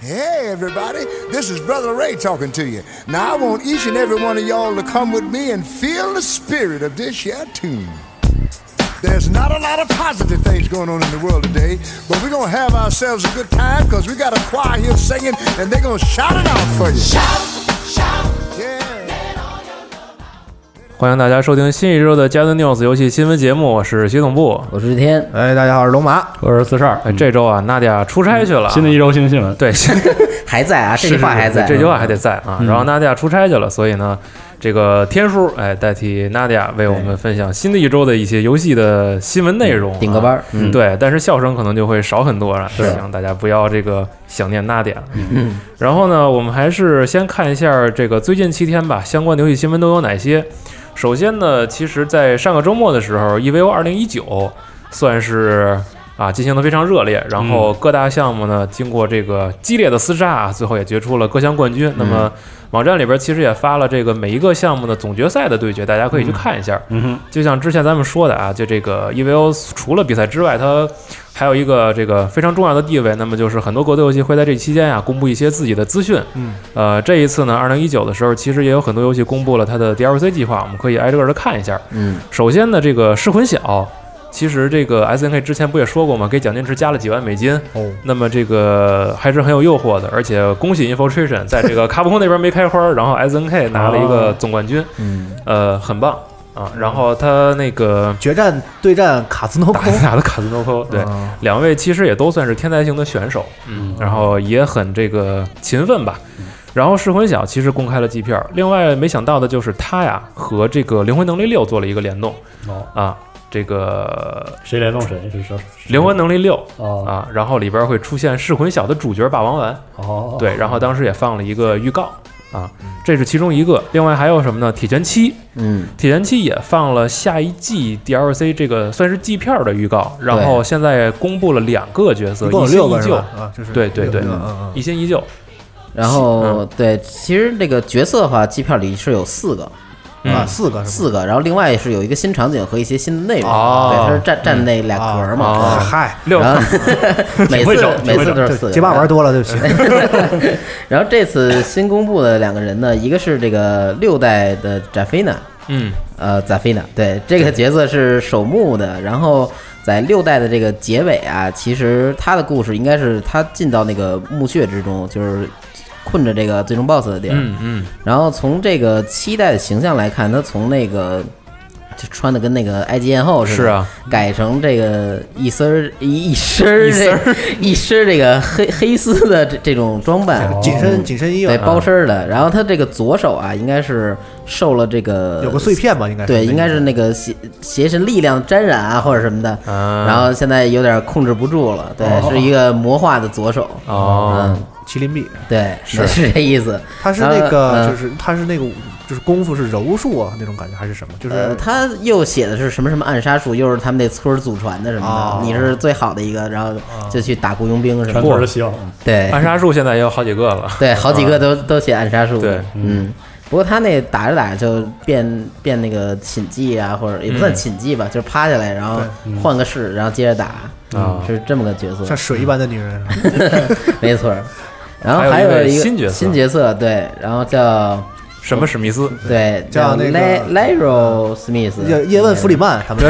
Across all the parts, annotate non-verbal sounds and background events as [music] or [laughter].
Hey, everybody, this is Brother Ray talking to you. Now, I want each and every one of y'all to come with me and feel the spirit of this here tune. There's not a lot of positive things going on in the world today, but we're going to have ourselves a good time because we got a choir here singing and they're going to shout it out for you. Shout, shout. Yeah. 欢迎大家收听新一周的《加丢 News》游戏新闻节目，我是徐总部，我是天，哎，大家好，我是龙马。我是四十二。哎，这周啊，娜迪亚出差去了啊。新的一周新新闻，对，新还在啊，这句话还在，嗯这句话还得在啊。然后娜迪亚出差去了，所以呢，这个天叔哎代替娜迪亚为我们分享新的一周的一些游戏的新闻内容、啊顶个班。儿，嗯，对，但是笑声可能就会少很多了，啊希望大家不要这个想念娜迪亚。嗯，然后呢，我们还是先看一下这个最近七天吧，相关的游戏新闻都有哪些。首先呢，其实，在上个周末的时候，EVO 二零一九算是啊进行的非常热烈，然嗯后各大项目呢经过这个激烈的厮杀啊，最后也决出了各项冠军。那嗯么网站里边其实也发了这个每一个项目的总决赛的对决，大家可以去看一下。嗯哼，就像之前咱们说的啊，就这个 EVO 除了比赛之外，它还有一个这个非常重要的地位，那么就是很多格斗游戏会在这期间呀、啊公布一些自己的资讯。嗯，呃，这一次呢，二零一九的时候，其实也有很多游戏公布了它的 DLC 计划，我们可以挨个的看一下。嗯，首先呢，这个噬魂小，其实这个 S N K 之前不也说过吗？给蒋介石加了几万美金，哦，那么这个还是很有诱惑的。而且恭喜 Infiltration 在这个卡普空那边没开花，然后 S N K 拿了一个总冠军，嗯，呃，很棒啊。然后他那个决战对战卡兹诺打科，打的卡斯诺科，对，啊两位其实也都算是天才型的选手，嗯，然后也很这个勤奋吧。然后噬魂小其实公开了机票，另外没想到的就是他呀和这个灵魂能力六做了一个联动哦，啊，这个谁联动谁是说灵魂能力六哦啊，然后里边会出现噬魂小的主角霸王丸，哦，对，然后当时也放了一个预告啊，这是其中一个，另外还有什么呢？铁拳七，嗯，铁拳七也放了下一季 DLC 这个算是季票的预告，然后现在公布了两个角色，一共有一六新一个是旧吧，？啊，就是对对对六个嗯嗯一新一旧，然后对，其实这个角色的话，机票里是有四个，嗯，啊，嗯，四个是吧四个，然后另外是有一个新场景和一些新的内容，哦对，它是占占那俩格儿哦嘛，嗨，六 [laughs] 然个后每挺会次整每挺次会整都是对四个，街霸玩多了，对不起，然后这次新公布的两个人呢，一个是这个六代的扎菲娜，嗯，呃，扎菲娜，对，这个角色是守墓的。然后在六代的这个结尾啊，其实他的故事应该是他进到那个墓穴之中，就是困着这个最终 BOSS 的地儿。嗯嗯，然后从这个七代的形象来看，他从那个就穿的跟那个埃及艳后似的，是啊，改成这个一身儿一一身儿一身这 [laughs] 一身儿这个黑黑丝的这这种装扮，紧身紧身衣对啊，哦包身儿的。然后他这个左手啊，应该是受了这个有个碎片吧，应该对，应该是那个邪邪神力量沾染啊，或者什么的。啊然后现在有点控制不住了，对，是一个魔化的左手。哦，嗯，麒麟臂，对， [laughs] 是是这意思。它是然后那个嗯就是它是那个就是功夫是柔术啊那种感觉还是什么？就是呃，他又写的是什么什么暗杀术，又是他们那村儿祖传的什么的，哦你是最好的一个，然后就去打雇佣兵什么全国的的。希望，对暗杀术现在也有好几个了，哎对，好几个都都写暗杀术。对，嗯。不过他那打着打着就变变那个寝技啊，或者也不算寝技嗯吧，就是趴下来，然后换个式，然后接着打，啊是这么个角色。像水一般的女人， [laughs] [laughs] 没错儿。然后还有一有位一个新角色新角色对，然后叫什么史密斯，对叫那个 Ly Lyro Smith，叶叶问弗里曼他们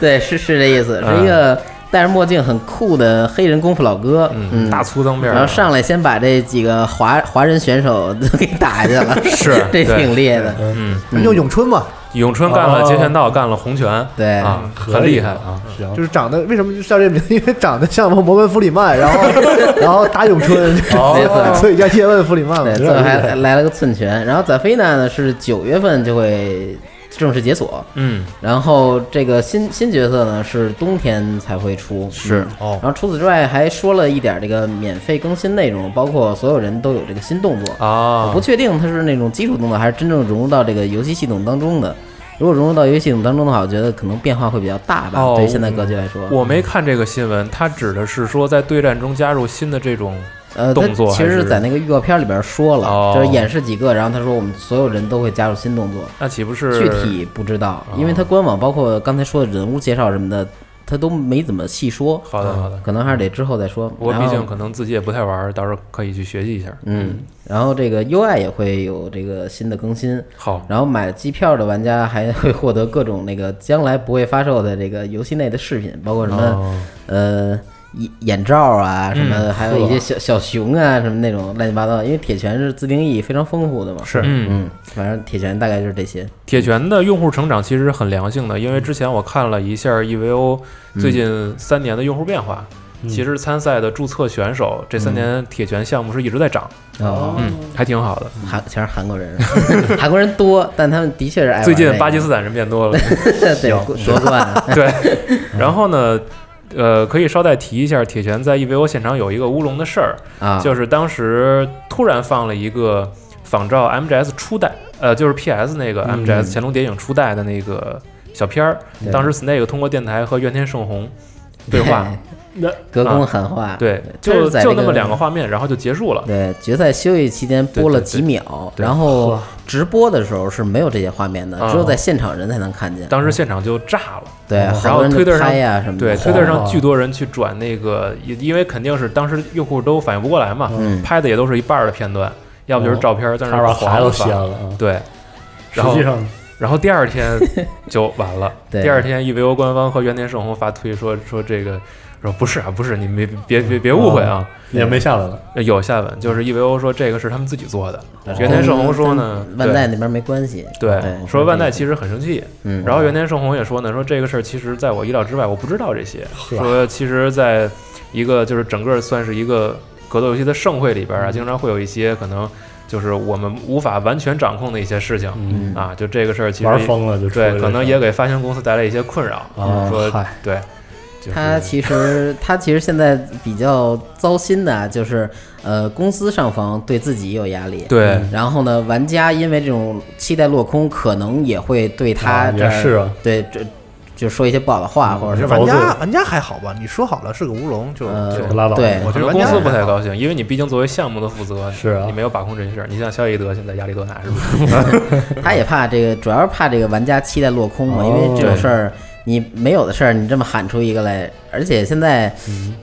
对，是是这意思，嗯是一个戴着墨镜很酷的黑人功夫老哥，嗯，大粗脏辫儿，啊然后上来先把这几个华华人选手都给打下去 [laughs] 了，[laughs] 是对这挺厉害的，嗯，用咏春嘛，咏春干了哦截拳道，干了洪拳，对啊，可很以厉害啊，行，就是长得为什么就叫这名字？因为长得像摩根弗里曼，[laughs] 然后然后打咏春，哦所以叫叶问弗里曼嘛对，。最后还来了个寸拳。然后泽菲娜呢是九月份就会正式解锁。嗯，然后这个新新角色呢是冬天才会出，是嗯哦然后除此之外还说了一点这个免费更新内容，包括所有人都有这个新动作。我啊不，确定它是那种基础动作，还是真正融入到这个游戏系统当中的。如果融入到游戏系统当中的话，我觉得可能变化会比较大吧。哦对于现在格局来说，我没看这个新闻，它指的是说在对战中加入新的这种呃，他动作其实还是是在那个预告片里边说了，哦就是演示几个，然后他说我们所有人都会加入新动作，那岂不是哦具体不知道，因为他官网包括刚才说的人物介绍什么的，他都没怎么细说。好的好的可能还是得之后再说。我然毕后竟可能自己也不太玩儿，到时候可以去学习一下。嗯，然后这个 UI 也会有这个新的更新。好，然后买机票的玩家还会获得各种那个将来不会发售的这个游戏内的饰品，包括什么、哦嗯呃眼眼罩啊，什么、还有一些小小熊啊，什么那种乱七八糟。因为铁拳是自定义非常丰富的嘛，是嗯，嗯，反正铁拳大概就是这些。铁拳的用户成长其实很良性的，因嗯为之前我看了一下 EVO 最近三年的用户变化，其实参赛的注册选手这三年铁拳项目是一直在涨，嗯哦，嗯，还挺好的。韩全是韩国人， [laughs] 韩国人多，但他们的确是爱玩最近这个巴基斯坦人变多 [laughs] 了，对夺冠，啊 [laughs] 对，然后呢？呃，可以捎带提一下，铁拳在 EVO 现场有一个乌龙的事儿，啊，就是当时突然放了一个仿照 MGS 初代，呃，就是 PS 那个 MGS 乾隆谍影初代的那个小片儿。嗯对当时 Snake 通过电台和原田胜宏对话，那隔空喊话，啊对，这就是啊在就这那么两个画面，然后就结束了。对，决赛休息期间播了几秒，对对对然后直播的时候是没有这些画面的，啊只有在现场人才能看见。当时现场就炸了，对，然好多后人推就特拍呀上什么对的，哦推特上哇巨多人去转那个，也因为肯定是当时用户都反应不过来嘛，嗯哦拍的也都是一半儿的片段，要不就是照片，但是他把黄孩了子发掀了啊。对，实然后际上，然后第二 [laughs] 天就完了。对第二天，EVO 官方和原田胜宏发推说说这个，说不是啊，不是，你没别别别误会啊。也没下来了。有下文，就是 EVO 说这个是他们自己做的。原田田胜宏说呢，万代那边没关系。对对，说万代其实很生气。嗯然后原田胜宏也说呢，说这个事儿其实在我意料之外，我不知道这些。说其实在一个就是整个算是一个格斗游戏的盛会里边嗯啊，经常会有一些可能就是我们无法完全掌控的一些事情嗯，啊，就这个事儿其实玩疯了就出来对，这可能事儿也给发行公司带来一些困扰。啊说嗨对，就是他其实他其实现在比较糟心的啊就是，呃，公司上方对自己有压力，对然后呢，玩家因为这种期待落空，可能也会对他啊这儿、也是啊对这就说一些不好的话，嗯或者这是玩遭罪家了玩家还好吧？你说好了是个乌龙，就呃就就拉倒对我可能觉得玩公家司不还太好高兴，因为你毕竟作为项目的负责，是啊你没有把控这些事儿。你像肖一德现在压力多大，是不是？ [laughs] 他也怕这个，主要是怕这个玩家期待落空嘛，哦因为这种事儿你没有的事儿，你这么喊出一个来，而且现在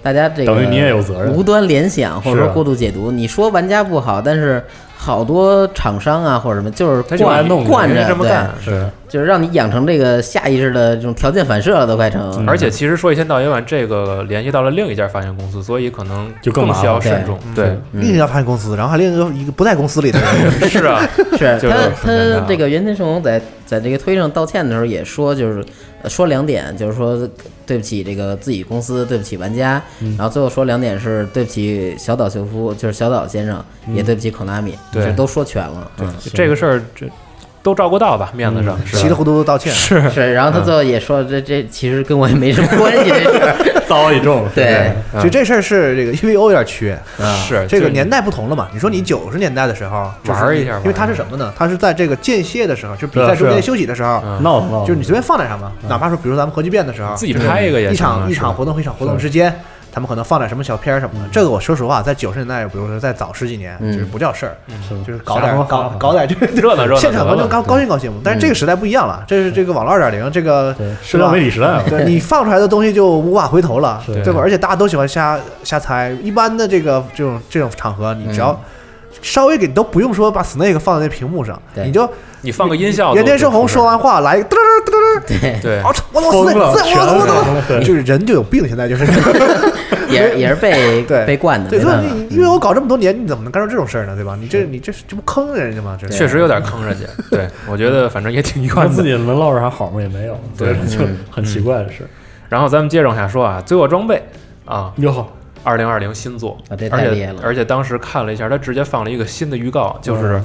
大家这个嗯等于你也有责任无端联想或者是说啊过度解读，你说玩家不好，但是好多厂商啊或者什么就是他就爱惯弄你惯人着家这么对干，是就是让你养成这个下意识的这种条件反射了，都快成。而且其实说一千道一万，这个联系到了另一家发行公司，所以可能就更更麻需要烦慎重。对，嗯另一家发现公司，然后还另一个一个不在公司里的 [laughs] 人，是啊，是就他是很尴他尬这个原田胜宏在在这个推上道歉的时候也说，就是呃说两点，就是说对不起这个自己公司，对不起玩家，然后最后说两点是对不起小岛秀夫，就是小岛先生，也对不起孔纳米，对就是都说全了，嗯，这个事儿这都照顾到吧，面子上啊稀里糊 [laughs] 涂道歉，是，然后他最后也说这这其实跟我也没什么关系，这事儿，遭一众。是对，其实这事儿是这个 EVO 有点缺，是嗯这呃就个是嗯年代不同了嘛。你说你九十年代的时候就是玩儿一下因为它是什么呢？它是在这个间歇的时候，就比赛中是啊间休息的时候，嗯闹腾闹腾，就是你随便放点什么，哪怕说比如咱们核聚变的时候，自己拍一个也一行啊场一是嗯场活动和一场活动之间，他们可能放点什么小片儿什么的。这个我说实话，在九十年代，比如说再早十几年，嗯就是不叫事儿，是就是搞瞎点说搞话搞点 [laughs] 这个嗯热闹热闹嗯现场观得了众高高兴高兴嘛。但是这个时代不一样了，这是这个网络二点零，这个对是社交吧媒体时代了。 [laughs] 对你放出来的东西就无法回头了，是对吧？而且大家都喜欢瞎瞎猜。一般的这个这种这种场合，你只要稍微给都不用说把 Snake 放在那屏幕上，对你就你放个音效都，原田胜宏说完话来一个嘚儿嘚儿嘚儿，对，对啊，我老疯死了我全老我疯了老对就是人就有病，现在就是也是也是被对被惯的，对，没所以办法，你因为我搞这么多年，你怎么能干出这种事儿呢？对吧？你这你这这不坑人家吗？这确实有点坑人家。对，我觉得反正也挺冤他的自。己能落着啥好吗？也没有，所以嗯对就很奇怪的事。然后咱们接着往下说啊，《罪恶装备》啊，嗯哟，二零二零新作啊这，太而厉且害了嗯而且当时看了一下，他直接放了一个新的预告，就是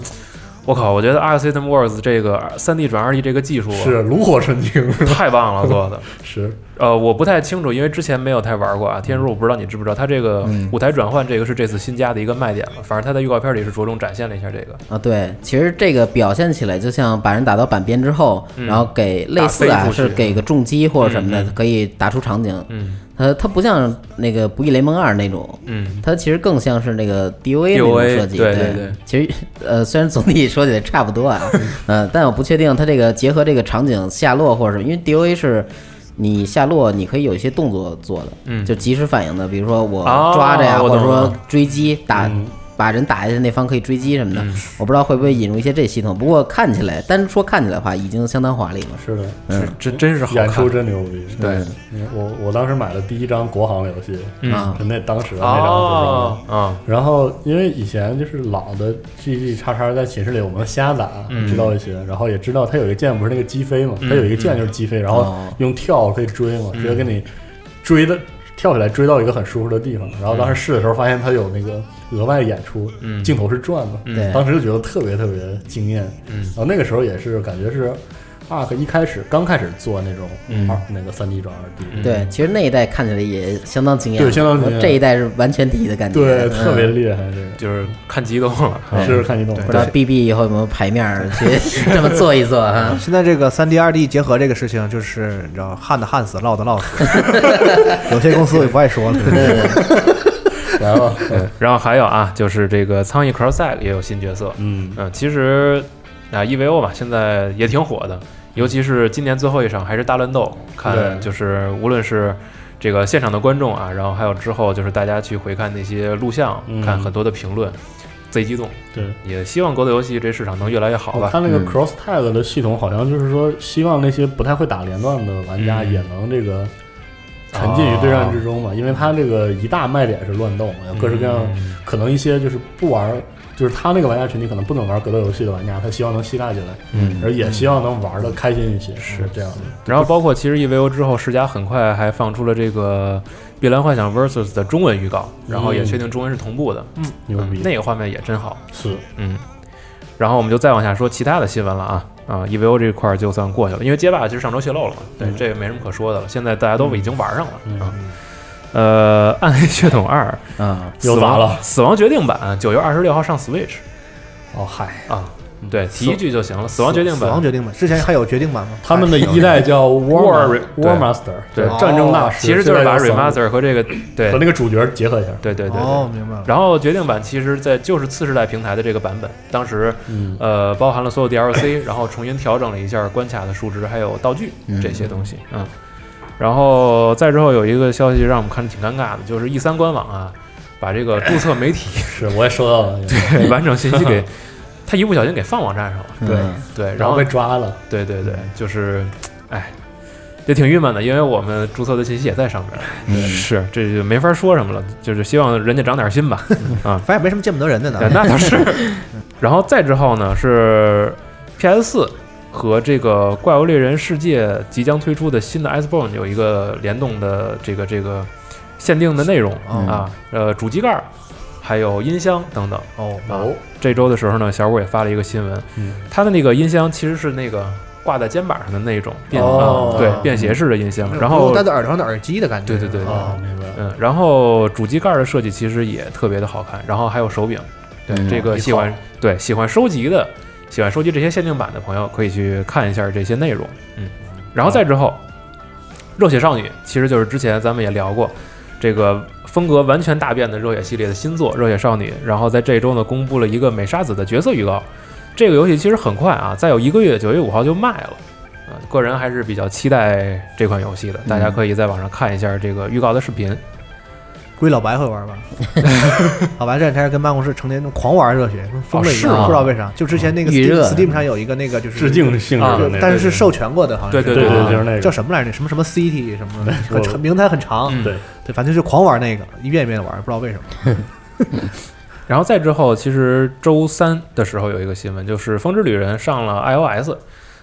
我靠，我觉得 Arc System Works 这个三 D 转二 D 这个技术啊是炉火纯青， [laughs] 太棒了做的。是呃，我不太清楚，因为之前没有太玩过啊。天如，我不知道你知不知道，它这个嗯舞台转换这个是这次新加的一个卖点嘛。反正它在预告片里是着重展现了一下这个。啊，对，其实这个表现起来就像把人打到板边之后，嗯然后给类打似飞啊出去是给个重击或者什么的，嗯嗯可以打出场景。嗯它它不像那个《不义联盟二》那种，嗯，它其实更像是那个 DOA 那种 DOA 设计。对对对对其实呃，虽然总体说起来差不 [laughs] 多啊，呃，但我不确定它这个结合这个场景下落或者什么，因为 DOA 是。你下落，你可以有一些动作做的，嗯就及时反应的，比如说我哦抓着呀，我或懂者了说追击打、嗯把人打下去，那方可以追击什么的。嗯我不知道会不会引入一些这系统，不过看起来，单说看起来的话，已经相当华丽了。是的，是嗯真真是好演出看。真牛逼。对嗯，我我当时买的第一张国行游戏，嗯啊就那当时啊那张哦就是。，嗯然后，因为以前就是老的 G G 叉叉在寝室里我们瞎打，嗯知道一些，然后也知道它有一个键不是那个击飞嘛，它有一个键就是击飞，然后嗯哦用跳可以追嘛，直接给你追的跳起来追到一个很舒服的地方。然后当时试的时候发现它有那个额外演出，嗯镜头是转的，对当时就觉得特别特别惊艳。嗯然后那个时候也是感觉是 ARK 一开始刚开始做那种嗯二、那个三 D 转二 D，、嗯对，其实那一代看起来也相当惊艳，对相当惊艳这一代是完全体的感觉，对，嗯特别厉害这个。就是看激动了。对是看激动，不知道 BB 以后有没有牌面儿去 [laughs] 这么做一做啊？现在这个三 D、二 D 结合这个事情，就是你知道，旱的旱死，涝的涝死。有些公司我也不爱说了。然后然后还有啊，就是这个苍蝇 Crossback 也有新角色。嗯，嗯，其实啊，EVO 吧，现在也挺火的，尤其是今年最后一场还是大乱斗，对看就是无论是这个现场的观众啊，然后还有之后就是大家去回看那些录像，嗯看很多的评论，贼激动。对。也希望格斗游戏这市场能越来越好我吧。看那个嗯 Cross Tag 的系统，好像就是说，希望那些不太会打连段的玩家嗯哦也能这个沉浸于对战之中嘛，因为它这个一大卖点是乱斗嘛，有各式各样，嗯可能一些就是不玩，就是他那个玩家群体可能不能玩格斗游戏的玩家，他希望能吸纳进来，嗯而也希望能玩的开心一些，是这样的。然后包括其实 EVO 之后，世嘉很快还放出了这个《碧蓝幻想 VS》的中文预告，然后也嗯确定中文是同步的，嗯牛逼，那个画面也真好。是嗯，然后我们就再往下说其他的新闻了啊啊，EVO 这块儿就算过去了，因为街霸其实上周泄露了嘛，对，嗯这个没什么可说的了，现在大家都已经玩上了、嗯啊。呃，《暗黑血统二》啊，又死砸亡了，死亡决定版九月二十六号上 Switch 哦嗨，啊，对，提一句就行了，死亡决定死版亡。决定版，之前还有决定版吗？他们的一代叫 War War- War Master，对战争大师，其实就是把哦现在叫 remaster 和这个对对和那个主角结合一下，对对对，哦，明白了。然后决定版其实在就是次世代平台的这个版本，当时嗯，呃，包含了所有 [laughs] DLC，然后重新调整了一下关卡的数值，还有道具这些东西，嗯。然后再之后有一个消息让我们看着挺尴尬的，就是 E 三官网啊，把这个注册媒体 [laughs] 是我也收到了，完整信息 [laughs] 给他一不小心给放网站上了，对嗯对，然然后后被抓了。对对对，就是，哎，也挺郁闷的，因为我们注册的信息也在上面，是这就没法说什么了，就是希望人家长点心吧，啊，反正也没什么见不得人的呢 [laughs] 对，。那倒是。 [laughs] 然后再之后呢，是 PS 四和这个《怪物猎人世界》即将推出的新的 Iceborne 有一个联动的这个这个限定的内容、嗯啊，呃，主机盖儿还有音箱等等。哦，啊，这周的时候呢，小五也发了一个新闻，嗯他的那个音箱其实是那个挂在肩膀上的那种便、哦啊，对便携式的音箱，然不后如戴在耳朵上的耳机的感觉。对对对对哦哦，明白了。嗯，然后主机盖儿的设计其实也特别的好看，然后还有手柄，对、嗯这个一喜欢对喜欢收集的，喜欢收集这些限定版的朋友可以去看一下这些内容，嗯，然后再之后，热血少女其实就是之前咱们也聊过。这个风格完全大变的热血系列的新作《热血少女》，然后在这一周呢公布了一个美沙子的角色预告。这个游戏其实很快啊，再有一个月，九月五号就卖了。啊，个人还是比较期待这款游戏的，大家可以在网上看一下这个预告的视频。估计老白会 [laughs] 玩吧。老白这两天跟办公室成天狂玩热血，跟疯了一哦是样，吗哦不知道为啥。就之前那个预 Steam 热 Steam 上有一个那个就是致敬性质啊的就那但是个是授权过的，好像是对对对对，啊就是那个叫什么来着？什么什么 City 什么的，很我很名台很长。嗯对，对，反正就狂玩那个，一遍一遍的玩，不知道为什么。然后再之后，其实周三的时候有一个新闻，就是《风之旅人》上了 iOS，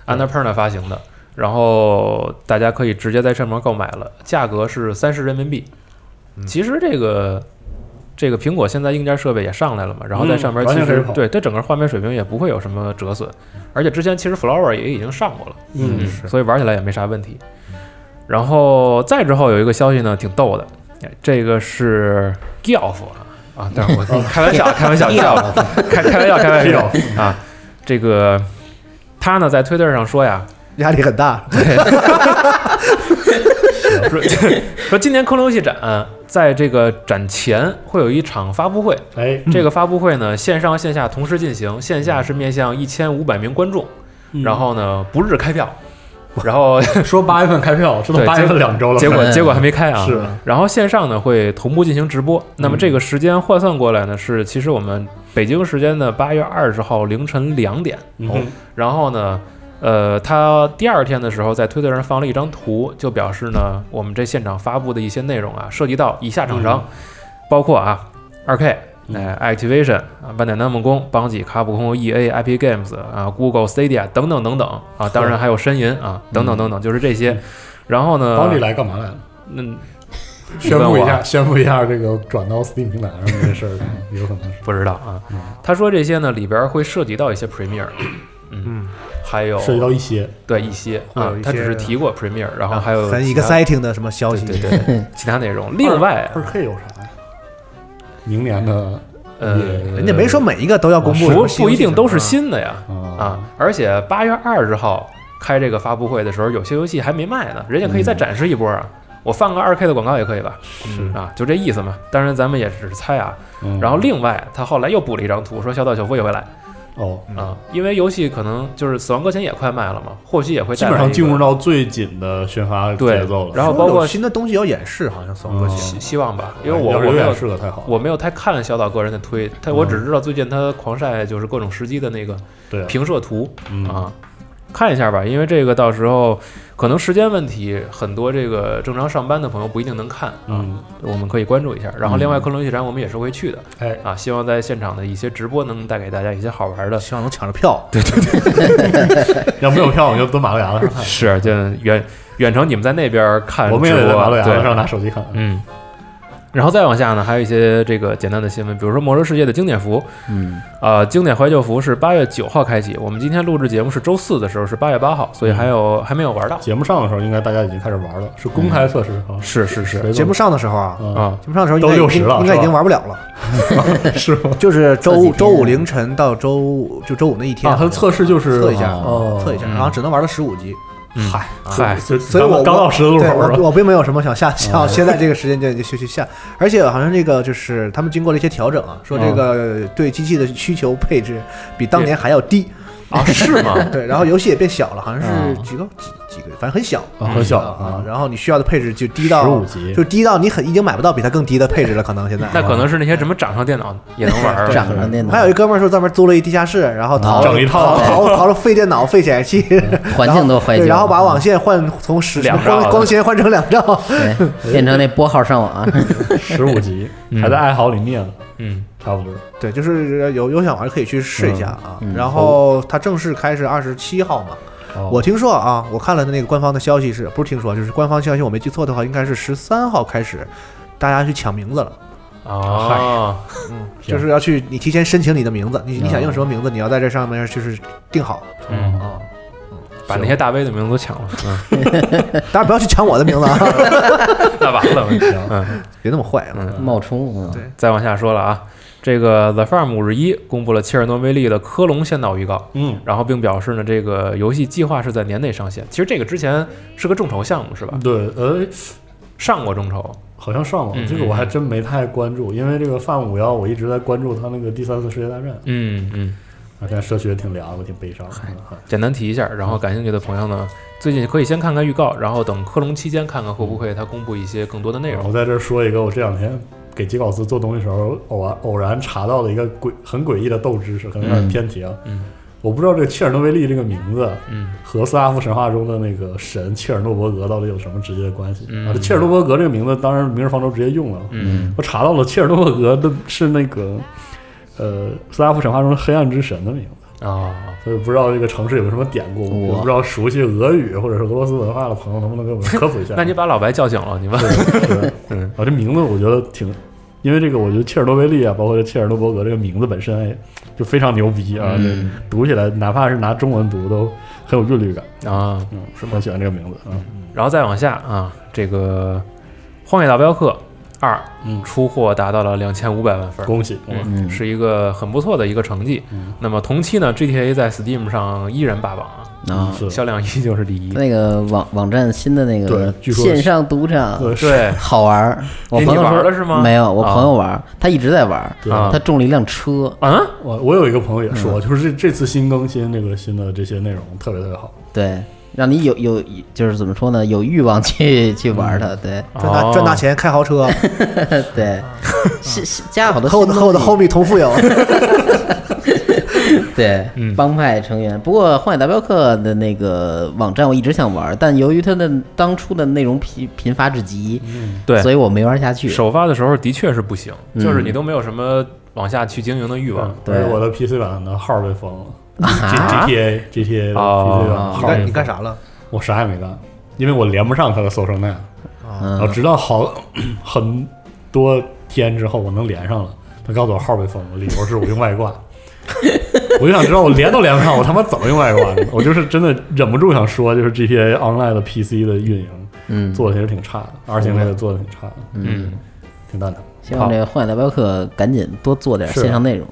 安嗯 n a p e r n a 发行的，然后大家可以嗯直接在上面购买了，价格是三十人民币。其实这个这个苹果现在硬件设备也上来了嘛，然后在上面嗯其完全可实以、跑对它整个画面水平也不会有什么折损，而且之前其实 Flower 也已经上过了，嗯是，所以玩起来也没啥问题。然后再之后有一个消息呢，挺逗的，哎这个是 Golf 啊啊，但是我开玩笑，开玩笑，Golf，开开玩笑，开玩笑啊，这个他呢在推特上说呀，压力很大。说说今年空流游戏展嗯在这个展前会有一场发布会，哎，这个发布会呢线上线下同时进行，线下是面向一千五百名观众，然后呢不日开票，然后 [laughs] 说八月份开票，这都对八月份两周了，结果嗯结果还没开啊。是然后线上呢会同步进行直播，那么这个时间换算过来呢是其实我们北京时间的八月二十号凌晨两点，嗯哦然后呢，呃，他第二天的时候在推特上放了一张图，就表示呢，我们这现场发布的一些内容啊，涉及到以下厂商，包括啊，二 K。哎，Activation 啊，万代南梦宫、邦吉、卡普空、EA、IP Games 啊，Google Stadia 等等等等啊，当然还有呻吟啊，等等等等，就是这些。然后呢，帮你来干嘛来了？嗯，宣问布一呃我下，宣布一下这个转到 Steam 平台上的这 [laughs] 事儿，有可能是。不知道啊。嗯他说这些呢，里边会涉及到一些 Premiere，嗯，还有涉及到一些，对一些会啊有一，他只是些提过 Premiere，然后还有很其他 exciting 的什么消息？对对对，其他内容。另外，二 K 有啥呀？明年的呃，也人家没说每一个都要公布什不么不一定都是新的呀啊啊！而且八月二十号开这个发布会的时候，有些游戏还没卖呢，人家可以再展示一波啊。我放个二 K 的广告也可以吧？嗯是，啊，就这意思嘛。当然咱们也只是猜啊。嗯然后另外，他后来又补了一张图，说小岛秀夫也会来哦，啊，因为游戏可能就是《死亡搁浅》也快卖了嘛，或许也会基带来本上一个进入到最紧的宣发对节奏了。然后说包括哦有新的东西要演示，好像死亡搁浅希希望吧，因为我哎要我是有没有点是嗯个太好了，我没有太看小岛个人的推，他我只知道最近他狂晒就是各种时机的那个对啊，平射图嗯啊，看一下吧，因为这个到时候可能时间问题，很多这个正常上班的朋友不一定能看啊，嗯，我们可以关注一下。然后另外科隆游戏展我们也是会去的哎，啊，希望在现场的一些直播能带给大家一些好玩的。希望能抢着票。要没有票我就蹲马路牙 [laughs] 子上看，是，就远远程你们在那边看嗯我们也直得在播马路牙对子上拿手机看。嗯。然后再往下呢，还有一些这个简单的新闻，比如说《魔兽世界》的经典服，嗯，呃，经典怀旧服是八月九号开启，我们今天录制节目是周四的时候是八月八号，所以还嗯有还没有玩到。节目上的时候，应该大家已经开始玩了，是公开测试啊。嗯是是是谁节目懂上的时候啊，哦啊，节目上的时候都应该已60经了应该是已吧经玩不了了。啊，是吗？ [laughs] 就是周这几五天周五凌晨到周五就周五那一天啊，它的测试就是测一下，哦测一下，嗯然后只能玩到十五级。嗯嗨嗨就所以我啊刚到十字路对口我是吧？我并没有什么想下想现在这个时间就就去去下，而且好像这个就是他们经过了一些调整啊，说这个对机器的需求配置比当年还要低，啊，是吗？ [laughs] 对，然后游戏也变小了，好像是嗯几个几几个，反正很小啊很小啊啊，然后你需要的配置就低到15级就低到你很已经买不到比它更低的配置了，可能现 [laughs] 在。啊那可能是那些什么掌上电脑也能玩 [laughs] 儿。长上电脑还有一哥们儿说专门租了一地下室，然后逃啊整一套逃逃逃了废电脑、废显示器，环境都怀旧对然后把网线换从十两兆光的光纤换成两兆，对，哎变成那拨号上网，啊 [laughs] 十五级嗯还在爱好里念呢，嗯，差不多。对，就是有有想玩可以去试一下啊。嗯嗯然后它正式开始二十七号嘛，哦我听说啊，我看了那个官方的消息是，不是听说，就是官方消息，我没记错的话，应该是十三号开始。大家去抢名字了，哦啊，就是要去你提前申请你的名字，你你想哦用什么名字，你要在这上面就是定好嗯，啊。把那些大 V 的名字都 [laughs] 抢了， [laughs] 大家不要去抢我的名字啊， [laughs] 那完了。嗯，别那么坏啊。嗯 [laughs] 冒充啊，对再往下说了啊，这个 The Farm 五十一公布了切尔诺贝利的科隆先导预告。嗯，然后并表示呢，这个游戏计划是在年内上线。其实这个之前是个众筹项目是吧？对，呃，上过众筹，好像上嗯网，这个我还真没太关注，因为这个泛五幺我一直在关注他那个第三次世界大战，嗯嗯，啊，现在社区也挺凉，我挺悲伤的。啊简单提一下，然后感兴趣的朋友呢，最近可以先看看预告，然后等科隆期间看看会不会他公布一些更多的内然容。后在这儿说一啊个，我这两天给吉考斯做东西时候，偶然偶然查到的一个诡很诡异的斗知识，可能有点偏题啊。嗯我不知道这个切尔诺贝利这个名字嗯和斯拉夫神话中的那个神切尔诺伯格到底有什么直接的关系、嗯啊？这切尔诺伯格这个名字，当然《明日方舟》直接用了。啊嗯我查到了，切尔诺伯格的是那个呃斯拉夫神话中的黑暗之神的名字。啊，所以不知道这个城市有没有什么典故，哇我不知道熟悉俄语或者是俄罗斯文化的朋友能不能给我们科普一下？ [laughs] 那你把老白叫醒了，你问。对，嗯啊，这名字我觉得挺因为这个，我觉得切尔诺贝利啊，包括切尔诺伯格这个名字本身，哎，就非常牛逼啊！嗯这读起来，哪怕是拿中文读，都很有韵律感。啊，嗯，是蛮喜欢这个名字啊。然后再往下啊，这个《荒野大镖客二》嗯出货达到了两千五百万份儿，恭喜！哇嗯，是一个很不错的一个成绩。嗯那么同期呢，GTA 在 Steam 上依然霸榜啊，啊，嗯是销量依旧是第一。那个网网站新的那个对据说是线上赌场对对好玩儿，我哎朋友你玩说了是吗没有，我啊朋友玩儿，他一直在玩儿，对啊他中了一辆车，啊，我我有一个朋友也说，就是这这次新更新这个新的这些内容特别特别好。对，让你有有就是怎么说呢，有欲望去去玩儿它，对赚大赚大钱，开豪车，对，是是加了好多和我新的东和我的西 homie 同富有。对，帮派成员。不过《荒野大镖客》的那个网站我一直想玩，但由于它的当初的内容贫贫乏至极，对所以嗯我没玩下去。首发的时候的确是不行，就是你都没有什么往下去经营的欲望。对，对而且我的 PC 版的号被封了。啊 G G T A G T A 的 PC 哦版你号被干封你干？啥了？我啥也没干，因为我连不上它的搜生那。然后嗯，直到好很多天之后，我能连上了。他告诉我号被封了，理由是我用外挂。我就想知道我连都连不上，我他妈怎么用外挂呢？我就是真的忍不住想说，就是 GTA Online 的 PC 的运营，嗯做的其实挺差的，二星类的做的挺差的，嗯，挺蛋疼，希望这个《荒野大镖客》赶紧多做点啊是线上内容。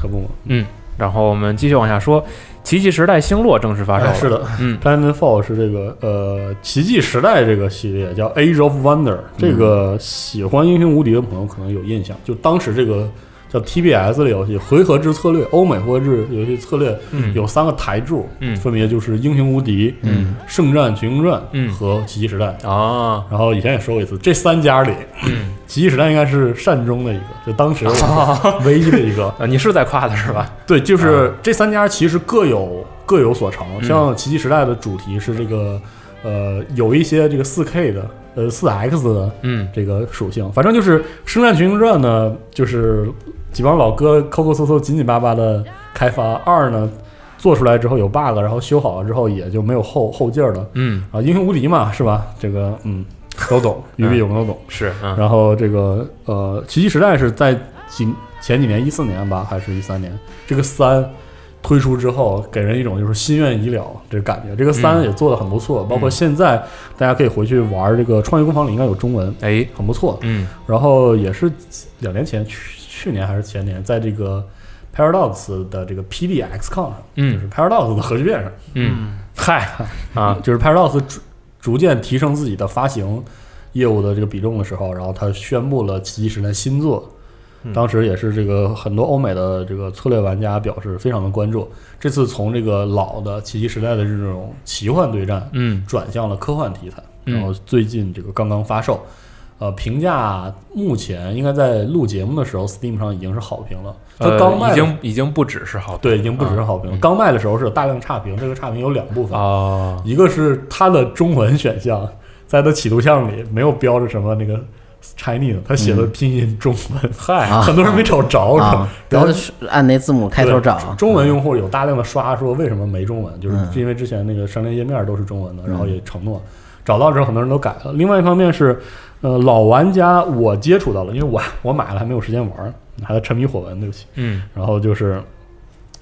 可不嘛。嗯，然后我们继续往下说，《奇迹时代：星落》正式发售了。哎是的，嗯，Titanfall》是这个呃奇迹时代这个系列叫 Age of Wonder，这个喜欢英雄无敌的朋友可能有印象，就当时这个叫 TBS 的游戏，回合制策略，欧美回合制游戏策略嗯有三个台柱，嗯分别就是英雄无敌、嗯，圣战、群英传，嗯和奇迹时代。啊，然后以前也说过一次，这三家里，嗯奇迹时代应该是善终的一个，就 [laughs] 当时我唯一的一个。啊你是在夸他是吧？对，嗯就是这三家其实各有各有所长。像《奇迹时代》的主题是这个，呃，有一些这个四 K 的，呃，四 X 的嗯这个属性。反正就是《圣战群英传》呢，就是几帮老哥抠抠搜搜、紧紧巴巴的开发；二呢，做出来之后有 bug，然后修好了之后也就没有后后劲儿了。嗯，啊，英雄无敌嘛，是吧？这个嗯，都懂， [laughs] 鱼币有没有懂？是嗯然后这个呃，奇迹时代是在几前几年，一四年吧，还是一三年？这个三推出之后，给人一种就是心愿已了这个感觉。这个三嗯也做的很不错，包括现在大家可以回去玩这个《创业工坊》里应该有中文，哎很不错。嗯然后也是两年前，去去年还是前年，在这个 Paradox 的这个 PDXCon 上，就嗯是 Paradox 的核聚变上。嗯，嗨啊 [laughs] 就是 Paradox 逐逐渐提升自己的发行业务的这个比重的时候，然后他宣布了《奇迹时代》新作，嗯当时也是这个很多欧美的这个策略玩家表示非常的关注。这次从这个老的《奇迹时代》的这种奇幻对战，嗯转向了科幻题材，嗯然后最近这个刚刚发售。呃，评价目前应该在录节目的时候，Steam 上已经是好评了。它呃刚卖的、已经啊嗯已经不只是好评对已经不只是好评，了。刚卖的时候是有大量差评，这个差评有两部分啊哦一个是它的中文选项，在它启图像里没有标着什么那个 Chinese，它写的拼音中文，嗨、嗯啊很多人没找着，啊，然然后后是按那字母开头找嗯对，中文用户有大量的刷说为什么没中文，就是因为之前那个商店页面都是中文的，然后也承诺找到之后很多人都改了。另外一方面是，呃，老玩家我接触到了，因为我我买了还没有时间玩，还在沉迷火纹，对不起。嗯然后就是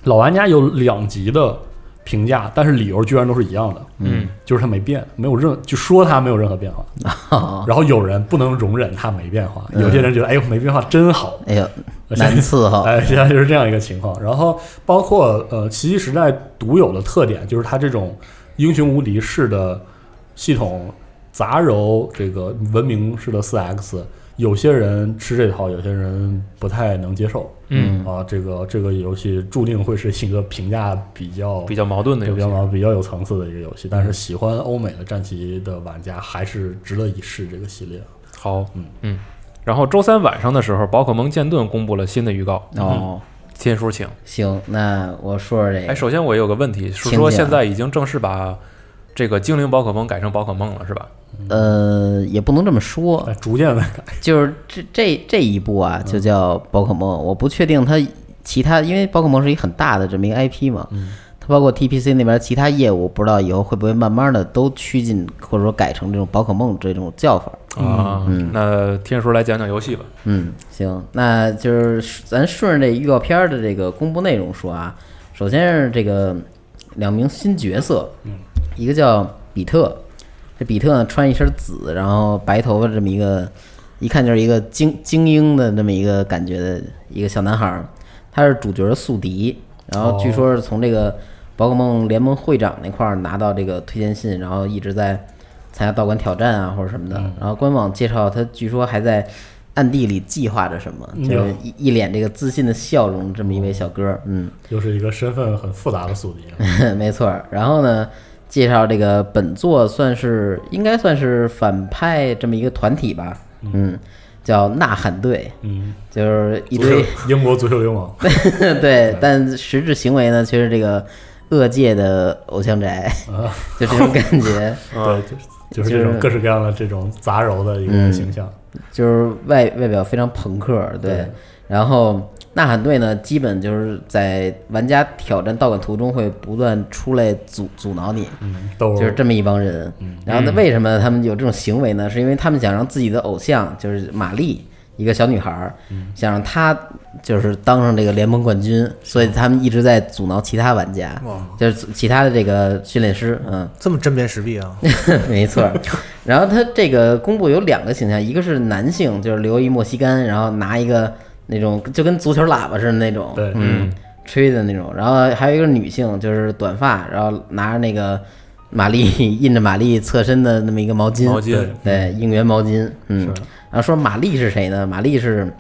老玩家有两级的评价，但是理由居然都是一样的，嗯，就是它没变，没有任就说它没有任何变化。 [laughs] 啊然后有人不能容忍它没变化，有些人觉得哎呦没变化真好，哎呦， [laughs] 呃而且难伺 [laughs] 候。哎，现在就是这样一个情况。然后包括呃，《奇迹时代》独有的特点就是它这种英雄无敌式的系统杂糅这个文明式的四 X，有些人吃这套，有些人不太能接受。嗯啊，这个这个游戏注定会是一个评价比较比较矛盾的对游比较戏。老比较有层次的一个游戏，但是喜欢欧美的战棋的玩家还是值得一试这个系列。好嗯嗯，然后周三晚上的时候，宝可梦剑盾公布了新的预告。哦，天叔请。行，那我说说这哎，个，首先我有个问题，是请说讲现在已经正式把这个精灵宝可梦改成宝可梦了，是吧？呃，也不能这么说，哎，逐渐的改，就是这这这一部啊，就叫宝可梦。我不确定它其他，因为宝可梦是一个很大的这么一个 IP 嘛，它包括 TPC 那边其他业务，不知道以后会不会慢慢的都趋近或者说改成这种宝可梦这种叫法。啊。嗯那天叔来讲讲游戏吧。嗯，行，那就是咱顺着这预告片儿的这个公布内容说啊，首先是这个两名新角色，一个叫比特，这比特呢穿一身紫，然后白头发这么一个，一看就是一个精精英的这么一个感觉的一个小男孩儿，他是主角宿敌，然后据说是从这个宝可梦联盟会长那块儿拿到这个推荐信，然后一直在参加道馆挑战啊或者什么的，然后官网介绍他据说还在。暗地里计划着什么，就是一一脸这个自信的笑容，这么一位小哥儿，嗯，又是一个身份很复杂的宿敌。啊 [laughs] 没错儿。然后呢，介绍这个本作算是应该算是反派这么一个团体吧，嗯，叫呐喊队，嗯，就是一足球堆 [laughs] 英国足球流氓， [laughs] 对，但实质行为呢却是这个恶界的偶像宅， [laughs] 就这种感觉，对，就是就是这种各式各样的这种杂糅的一个形象。就是外外表非常朋克儿，对。对然后呐喊队呢，基本就是在玩家挑战道馆途中会不断出来阻阻挠你，嗯，都就是这么一帮人。然后，那为什么他们有这种行为呢？是因为他们想让自己的偶像，就是玛丽，一个小女孩儿，想让她就是当上这个联盟冠军，所以他们一直在阻挠其他玩家，就是其他的这个训练师，嗯，这么针砭时弊啊！ [laughs] 没错儿。然后他这个公布有两个形象，一个是男性，就是留一莫西干，然后拿一个那种就跟足球喇叭似的那种，对嗯，吹的那种。然后还有一个女性，就是短发，然后拿着那个玛丽 [laughs] 印着玛丽侧身的那么一个毛巾，毛巾对对，哎应援毛巾，嗯。然后说玛丽是谁呢？玛丽是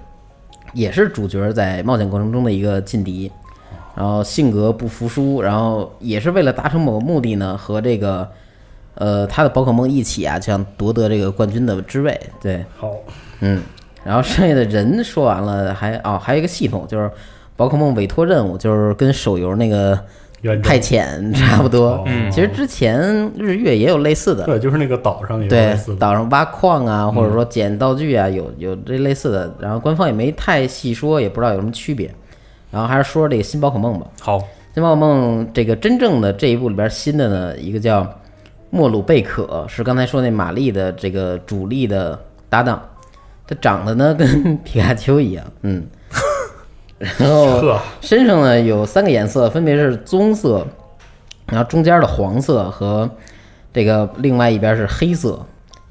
也是主角在冒险过程中的一个劲敌，然后性格不服输，然后也是为了达成某个目的呢，和这个呃他的宝可梦一起啊，想夺得这个冠军的之位。对，好，嗯，然后剩下的人说完了，还哦还有一个系统就是宝可梦委托任务，就是跟手游那个远征派遣差不多哦。嗯其实之前日月也有类似的，对，就是那个岛上也有对类似，的嗯岛上挖矿啊，或者说捡道具啊，有有这类似的。然后官方也没太细说，也不知道有什么区别。然后还是说说这个新宝可梦吧。好，新宝可梦这个真正的这一部里边新的呢，一个叫莫鲁贝可，是刚才说那玛丽的这个主力的搭档。他长得呢跟 [laughs] 皮卡丘一样，嗯，然后呵身上呢有三个颜色，分别是棕色，然后中间的黄色和这个另外一边是黑色。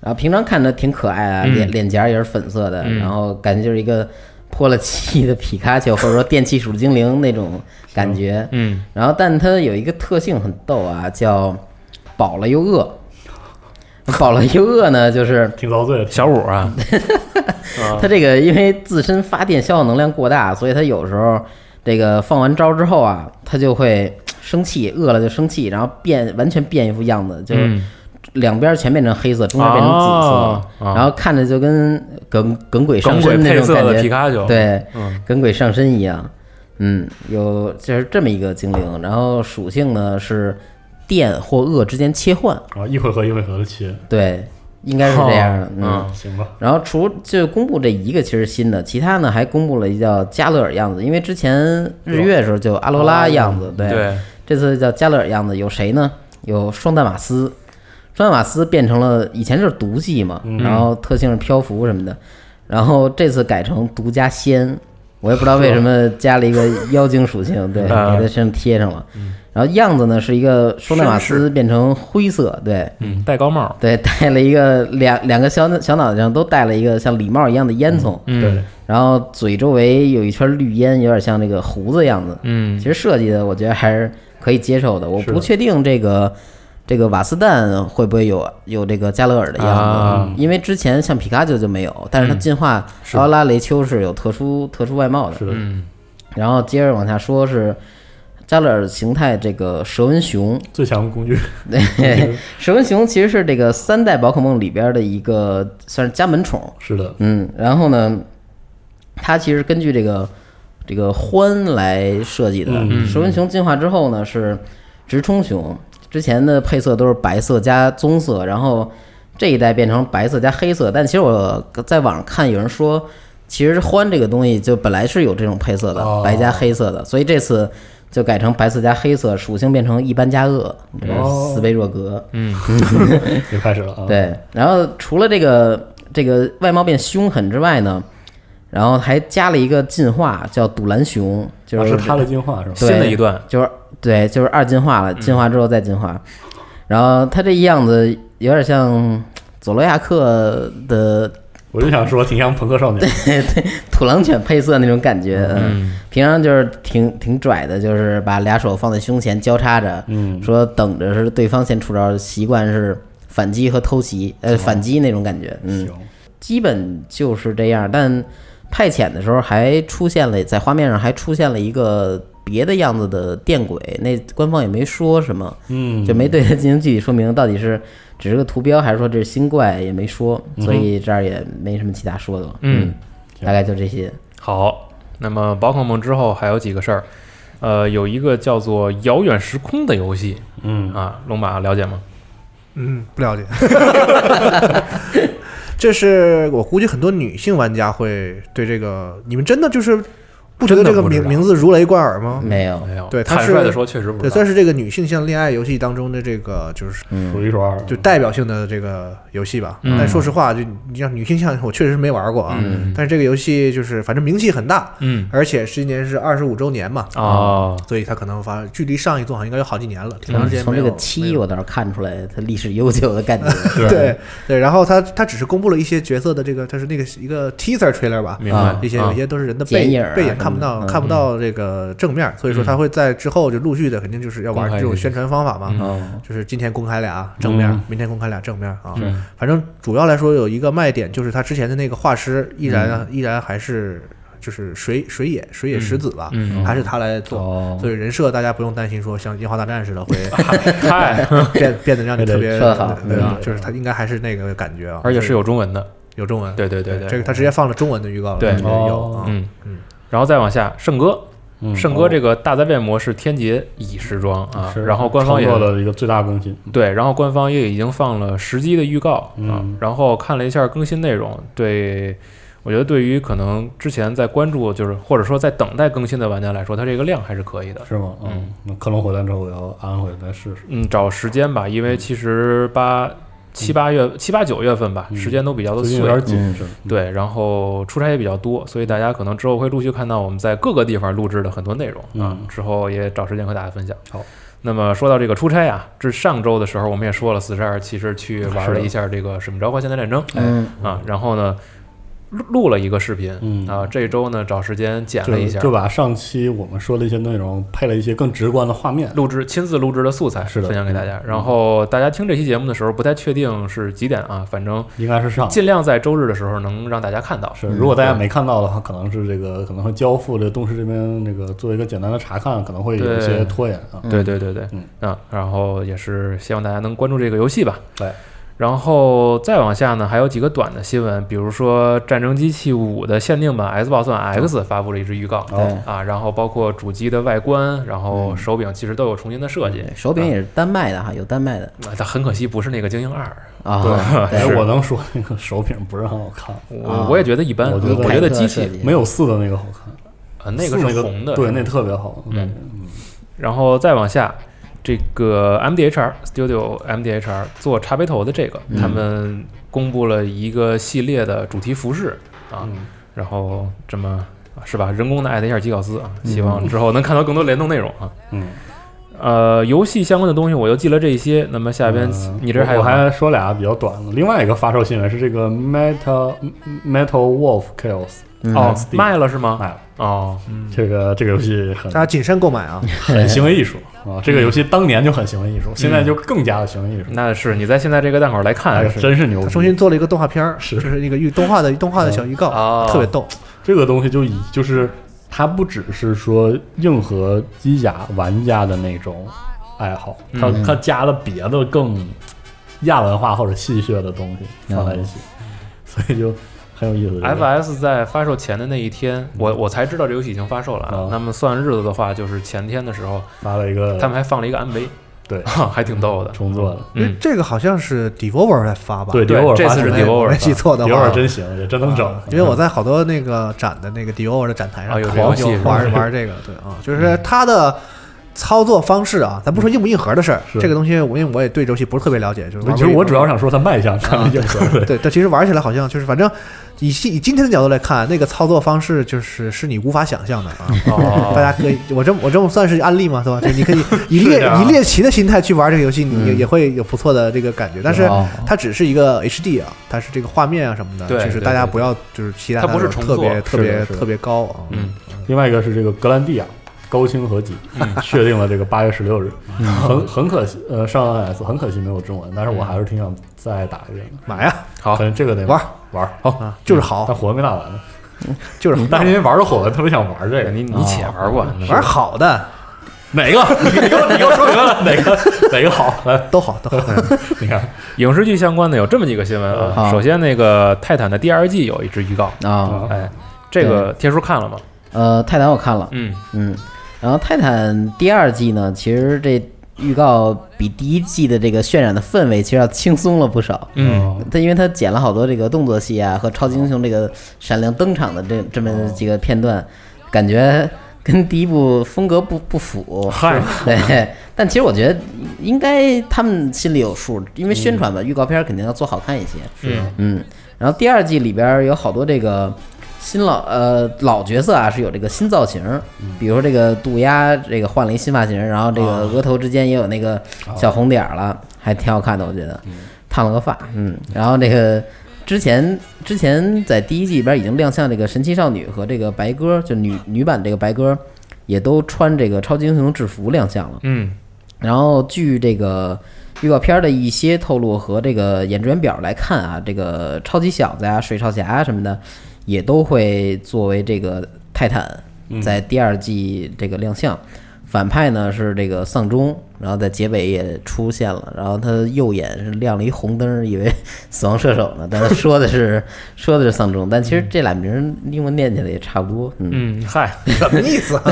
然后平常看着挺可爱啊，脸脸颊也是粉色的，然后感觉就是一个泼了漆的皮卡丘，或者说电气鼠精灵那种感觉。嗯，然后但它有一个特性很逗啊，叫饱了又饿。饱了又饿呢，就是挺遭罪的，小五啊，它这个因为自身发电消耗能量过大，所以它有时候这个放完招之后啊，它就会生气，饿了就生气，然后变完全变一副样子， [laughs] 就是嗯两边全变成黑色，中间变成紫色，哦哦然后看着就跟耿耿鬼上耿鬼身那配种色感的觉，皮卡丘，，对，嗯跟鬼上身一样。嗯，有就是这么一个精灵，然后属性呢是电或恶之间切换，啊，一回合一回合的切，对，应该是这样的。哦嗯嗯行吧，然后除就公布这一个其实新的，其他呢还公布了一叫加勒尔样子，因为之前日月的时候就阿罗拉样子，对，哦对，嗯这次叫加勒尔样子，有谁呢？有双蛋马斯，双蛋马斯变成了以前就是毒系嘛，嗯然后特性是漂浮什么的，然后这次改成独家仙，我也不知道为什么加了一个妖精 [laughs] 属性，对，给啊嗯它身上贴上了。然后样子呢是一个双蛋马绅斯变成灰色，对，嗯，戴高帽，对， [laughs] 戴了一个两两个小脑小脑袋上都戴了一个像礼帽一样的烟囱，对，然后嘴周围有一圈绿烟，有点像那个胡子样子。嗯其实设计的我觉得还是可以接受的，我是不确定这个这个瓦斯蛋会不会有有这个加勒尔的样子，啊因为之前像皮卡丘就没有，但是它进化嗯是奥拉雷丘是有特殊特殊外貌的。是的，嗯，然后接着往下说是加勒尔形态这个蛇纹熊，最强工具， [laughs] [laughs] 对，蛇纹熊其实是这个三代宝可梦里边的一个算是家门宠，是的，嗯，然后呢，它其实根据这个这个獾来设计的。嗯蛇纹熊进化之后呢，是直冲熊，之前的配色都是白色加棕色，然后这一代变成白色加黑色。但其实我在网上看有人说，其实獾这个东西就本来是有这种配色的，哦白加黑色的，所以这次。就改成白色加黑色，属性变成一般加恶，这是哦死背若格。又开始了啊，，对，然后除了这个这个外貌变凶狠之外呢，然后还加了一个进化，叫赌蓝熊，就啊是是他的进化是吧？对新的一段就是对，就是二进化了，嗯进化之后再进化。然后他这样子有点像佐罗亚克的我就想说，挺像朋克少年， [laughs] 土狼犬配色那种感觉，嗯，平常就是挺挺拽的，就是把俩手放在胸前交叉着，嗯，说等着是对方先出招，习惯是反击和偷袭，呃，反击那种感觉，嗯行，，基本就是这样。但派遣的时候还出现了，在画面上还出现了一个别的样子的电轨，那官方也没说什么，嗯，就没对它进行具体说明，到底是只是个图标还是说这是新怪，也没说，嗯所以这儿也没什么其他说的了，嗯，大概就这些。好，那么宝可梦之后还有几个事儿，呃，有一个叫做《遥远时空》的游戏嗯啊，龙马了解吗？嗯，不了解。 [laughs] 这是我估计很多女性玩家会对这个，你们真的就是不觉得真的这个不知名道名字如雷贯耳吗？没有，没有，啊对它坦是率的说，确实不对，知道算。是这个女性向恋爱游戏当中的这个就是数一数二，就代表性的这个游戏吧。嗯但说实话，就你像女性向，我确实是没玩过啊。嗯但是这个游戏就是反正名气很大，嗯而且是今年是二十五周年嘛， [laughs] 哦，所以它可能发距离上一座好像应该有好几年了，挺长从嗯时间从没这有。个没有七我倒是看出来它历史悠久的 [laughs] 感觉。对对，然后他他只是公布了一些角色的这个，他是那个一个 teaser trailer 吧，明白啊。一些啊有些都是人的剪背影儿啊背什影么看不到的看不到这个正面儿，所以说他会在之后就陆续的肯定就是要嗯玩公开这这种些嗯宣传方法嘛，哦， [laughs] 就是今天公开俩啊正面儿嗯，明天公开俩正面儿啊是，反正主要来说有一个卖点就是他之前的那个画师依然依然还是就是水水野水野石子吧，嗯嗯还是他来做。哦，所以人设大家不用担心，说像《樱花大战》似的 [laughs] 会嗨， [laughs] 变变得让你特别说得好对嗯就是他应该还是那个感觉啊，而且是有中文的，有中文，对对对这对，个他直接放了中文的预告了，对直接有哦啊，嗯嗯，然后再往下，圣歌，嗯圣歌这个大灾变模式天劫乙时装啊，是然后官方也创作了一个最大更新，对，然后官方也已经放了时机的预告啊嗯，然后看了一下更新内容，对。我觉得对于可能之前在关注，就是或者说在等待更新的玩家来说，它这个量还是可以的。是吗？嗯，那克隆回来之后，我要安回来试试。嗯，找时间吧，因为其实八七八月、七八九月份吧，时间都比较的最近碎有，点紧，是吧，对，然后出差也比较多，所以大家可能之后会陆续看到我们在各个地方录制的很多内容啊嗯，之后也找时间和大家分享。好，那么说到这个出差啊，这上周的时候我们也说了，四十二其实去玩是了的哎一下这个《使命召唤：现代战争》嗯，啊，然后呢录录了一个视嗯频啊，这周呢找时间剪了一就下，就把上期我们说的一些内容配了一些更直观的画面，录制亲自录制的素材是的嗯分享给大家。然后大家听这期节目的时候不太确定是几点啊，反正应该是上。尽量在周日的时候能让大家看到。是，如果大家没看到的话，可能是这个可能会交付这东市这边这个做一个简单的查看，可能会有一些对拖延啊。对对对对，嗯啊，然后也是希望大家能关注这个游戏吧。对，然后再往下呢，还有几个短的新闻，比如说《战争机器五》的限定版 Xbox One X 发布了一支预告、哦嗯啊，然后包括主机的外观，然后手柄其实都有重新的设计。对手啊柄也是丹麦的哈，有丹麦的啊但很可惜不是那个精英二，啊，哎，对我能说那个手柄不是很好看，我、我也觉得一般，啊我我觉得觉得凯特机设器计没有四的那个好看，啊那个四是红的，嗯对，那特别好，我感觉然后再往下，这个 MDHR Studio MDHR 做茶杯头的这个，嗯他们公布了一个系列的主题服饰啊，嗯然后这么啊是吧？人工的艾特一下基考斯啊，希望之后能看到更多联动内容啊。嗯，呃，游戏相关的东西我就记了这些。那么下边嗯你这还有我吗还说俩比较短的，另外一个发售新闻是这个 Metal Metal Wolf Chaos 哦 Steam 卖了是吗？嗯卖了，哦，这个这个游戏很大家谨慎购买啊。哎很行为艺术啊，嗯这个游戏当年就很行为艺术，现在就更加的行为艺术，那是你在现在这个档口来看哎嗯还是真是牛他逼！重新做了一个动画片儿，是就是那个预动画的动画的小预告哦，特别逗。这个东西就以就是它不只是说硬核机甲玩家的那种爱好，嗯它、它加了别的更亚文化或者戏谑的东西放在一起，嗯所以就很有意哎思。这个 FS 在发售前的那一天，我我才知道这游戏已经发售了啊哦。那么算日子的话，就是前天的时候，发了一个他们还放了一个安培，对哈 [laughs] 还挺逗的。重做的，因为嗯，这个好像是 Devolver 在发吧？对对 Dior 这发次是行的 Dior 我没记错的迪话，啊奥尔真行，也真能整。因为我在好多那个展的那个迪欧尔的展台上啊有这狂游戏就玩是吧玩这个，对啊，就是它的操作方式啊，咱不说硬不硬核的事儿，是这个东西我因为我也对这游戏不是特别了解，就是玩其实我主要是想说它卖相，看了就 [laughs] 对啊对，但其实玩起来好像就是反正。以现以今天的角度来看，那个操作方式就是是你无法想象的啊！哦 [laughs] 大家可以，我这么我这么算是案例嘛，对吧？就你可 [laughs] 以以猎是的啊以猎奇的心态去玩这个游戏，你也嗯也会有不错的这个感觉。但是它只是一个 HD 啊，它是这个画面啊什么的，哦对就是对大家对不要就是期待它不是有重特别做是特的别是的特别高啊。嗯，另外一个是这个格兰蒂亚高清合集，确定了这个八月十六日，很很可惜，呃，上 NS 很可惜没有中文，但是我还是挺想再打一遍的。买呀，好可，能这个得玩嗯玩儿好，啊，就是好嗯但，火没打完嗯呢，就是好但是因为玩的火了，特别想玩这个。你你且玩吧，玩好的哪 [laughs] 个？你给我你给我说明了哪个哪个 [laughs] 好？来，都好都 [laughs] 好。你看影视剧相关的有这么几个新闻啊。好首先，那个《泰坦》的第二季有一支预告， [laughs] 啊，哎，这个天叔看了吗？呃，泰坦我看了，嗯，嗯，然后泰坦第二季呢，其实这预告比第一季的这个渲染的氛围其实要轻松了不少。嗯，它因为它剪了好多这个动作戏啊和超级英雄这个闪亮登场的这这么几个片段，感觉跟第一部风格不不符。嗨，对， [laughs] 但其实我觉得应该他们心里有数，因为宣传嘛，预告片肯定要做好看一些。是嗯，然后第二季里边儿有好多这个新老呃老角色啊是有这个新造型儿，比如说这个渡鸦这个换了一新发型，然后这个额头之间也有那个小红点儿了，还挺好看的，我觉得，烫了个发，嗯，然后这个。之前之前在第一季里边儿已经亮相这个神奇少女和这个白鸽，就女女版这个白鸽，也都穿这个超级英雄制服亮相了。嗯，然后据这个预告片的一些透露和这个演职员表来看啊，这个超级小子啊、水少侠啊什么的，也都会作为这个泰坦在第二季这个亮相。反派呢是这个丧钟，然后在结尾也出现了，然后他右眼是亮了一红灯，以为 [laughs] 死亡射手呢，但他说的是说的是丧钟，但其实这俩名儿英文念起来也差不多，嗯嗯，嗨，什么意思啊？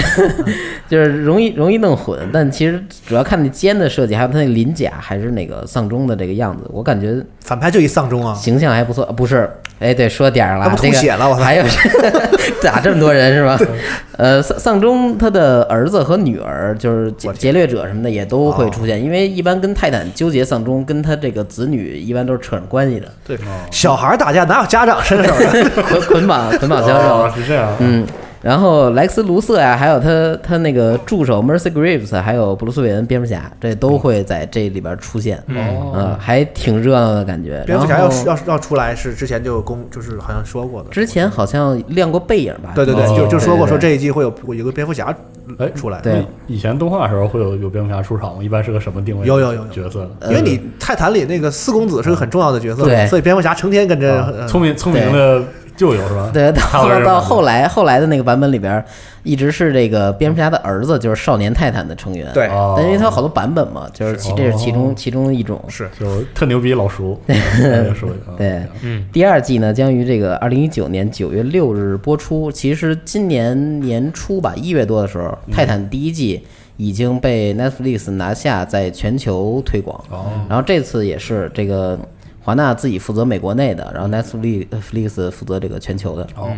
就是容易容易弄混，但其实主要看那肩的设计，还有它那鳞甲，还是那个丧钟的这个样子，我感觉反派就一丧钟啊！形象还不错。啊不是，哎，对，说点儿了，那不吐血了这个我操还有 [laughs] 打这么多人是吧？ [laughs] 呃，丧丧钟他的儿子和女儿，就是劫劫掠者什么的，也都会出现，因为一般跟泰坦纠结丧钟，跟他这个子女一般都是扯上关系的， [laughs] 对，嗯小孩儿打架哪有家长伸手的？捆捆绑捆绑销售哦，是这样，嗯，然后莱克斯·卢瑟呀、还有他他那个助手 Mercy Graves，还啊有布鲁斯·韦恩蝙蝠侠，这都会在这里边出现，嗯，还挺热闹的感觉。蝙蝠侠然要后要要出来是之前就有公，就是好像说过的。之前好像亮过背影吧？对对对，哦就就说过对对对说这一季会有有一个蝙蝠侠哎出来。对以前动画的时候会有有蝙蝠侠出场吗？一般是个什么定位？有有有有角色，因为你泰坦里那个四公子是个很重要的角色嘛，呃对所以蝙蝠侠成天跟着啊呃聪明聪明的舅舅是吧？对，到差不多是到吧后来后来的那个版本里边，一直是这个蝙蝠侠的儿子，就是少年泰坦的成员。对哦哦但因为它有好多版本嘛，就是其这是其中其中一种。是就特牛逼老叔，嗯说一下啊对，嗯，第二季呢将于这个二零一九年九月六日播出。其实今年年初吧，一月多的时候，嗯泰坦》第一季已经被 Netflix 拿下，在全球推广。哦，然后这次也是这个华纳自己负责美国内的，然后 Netflix 呃负责这个全球的。哦，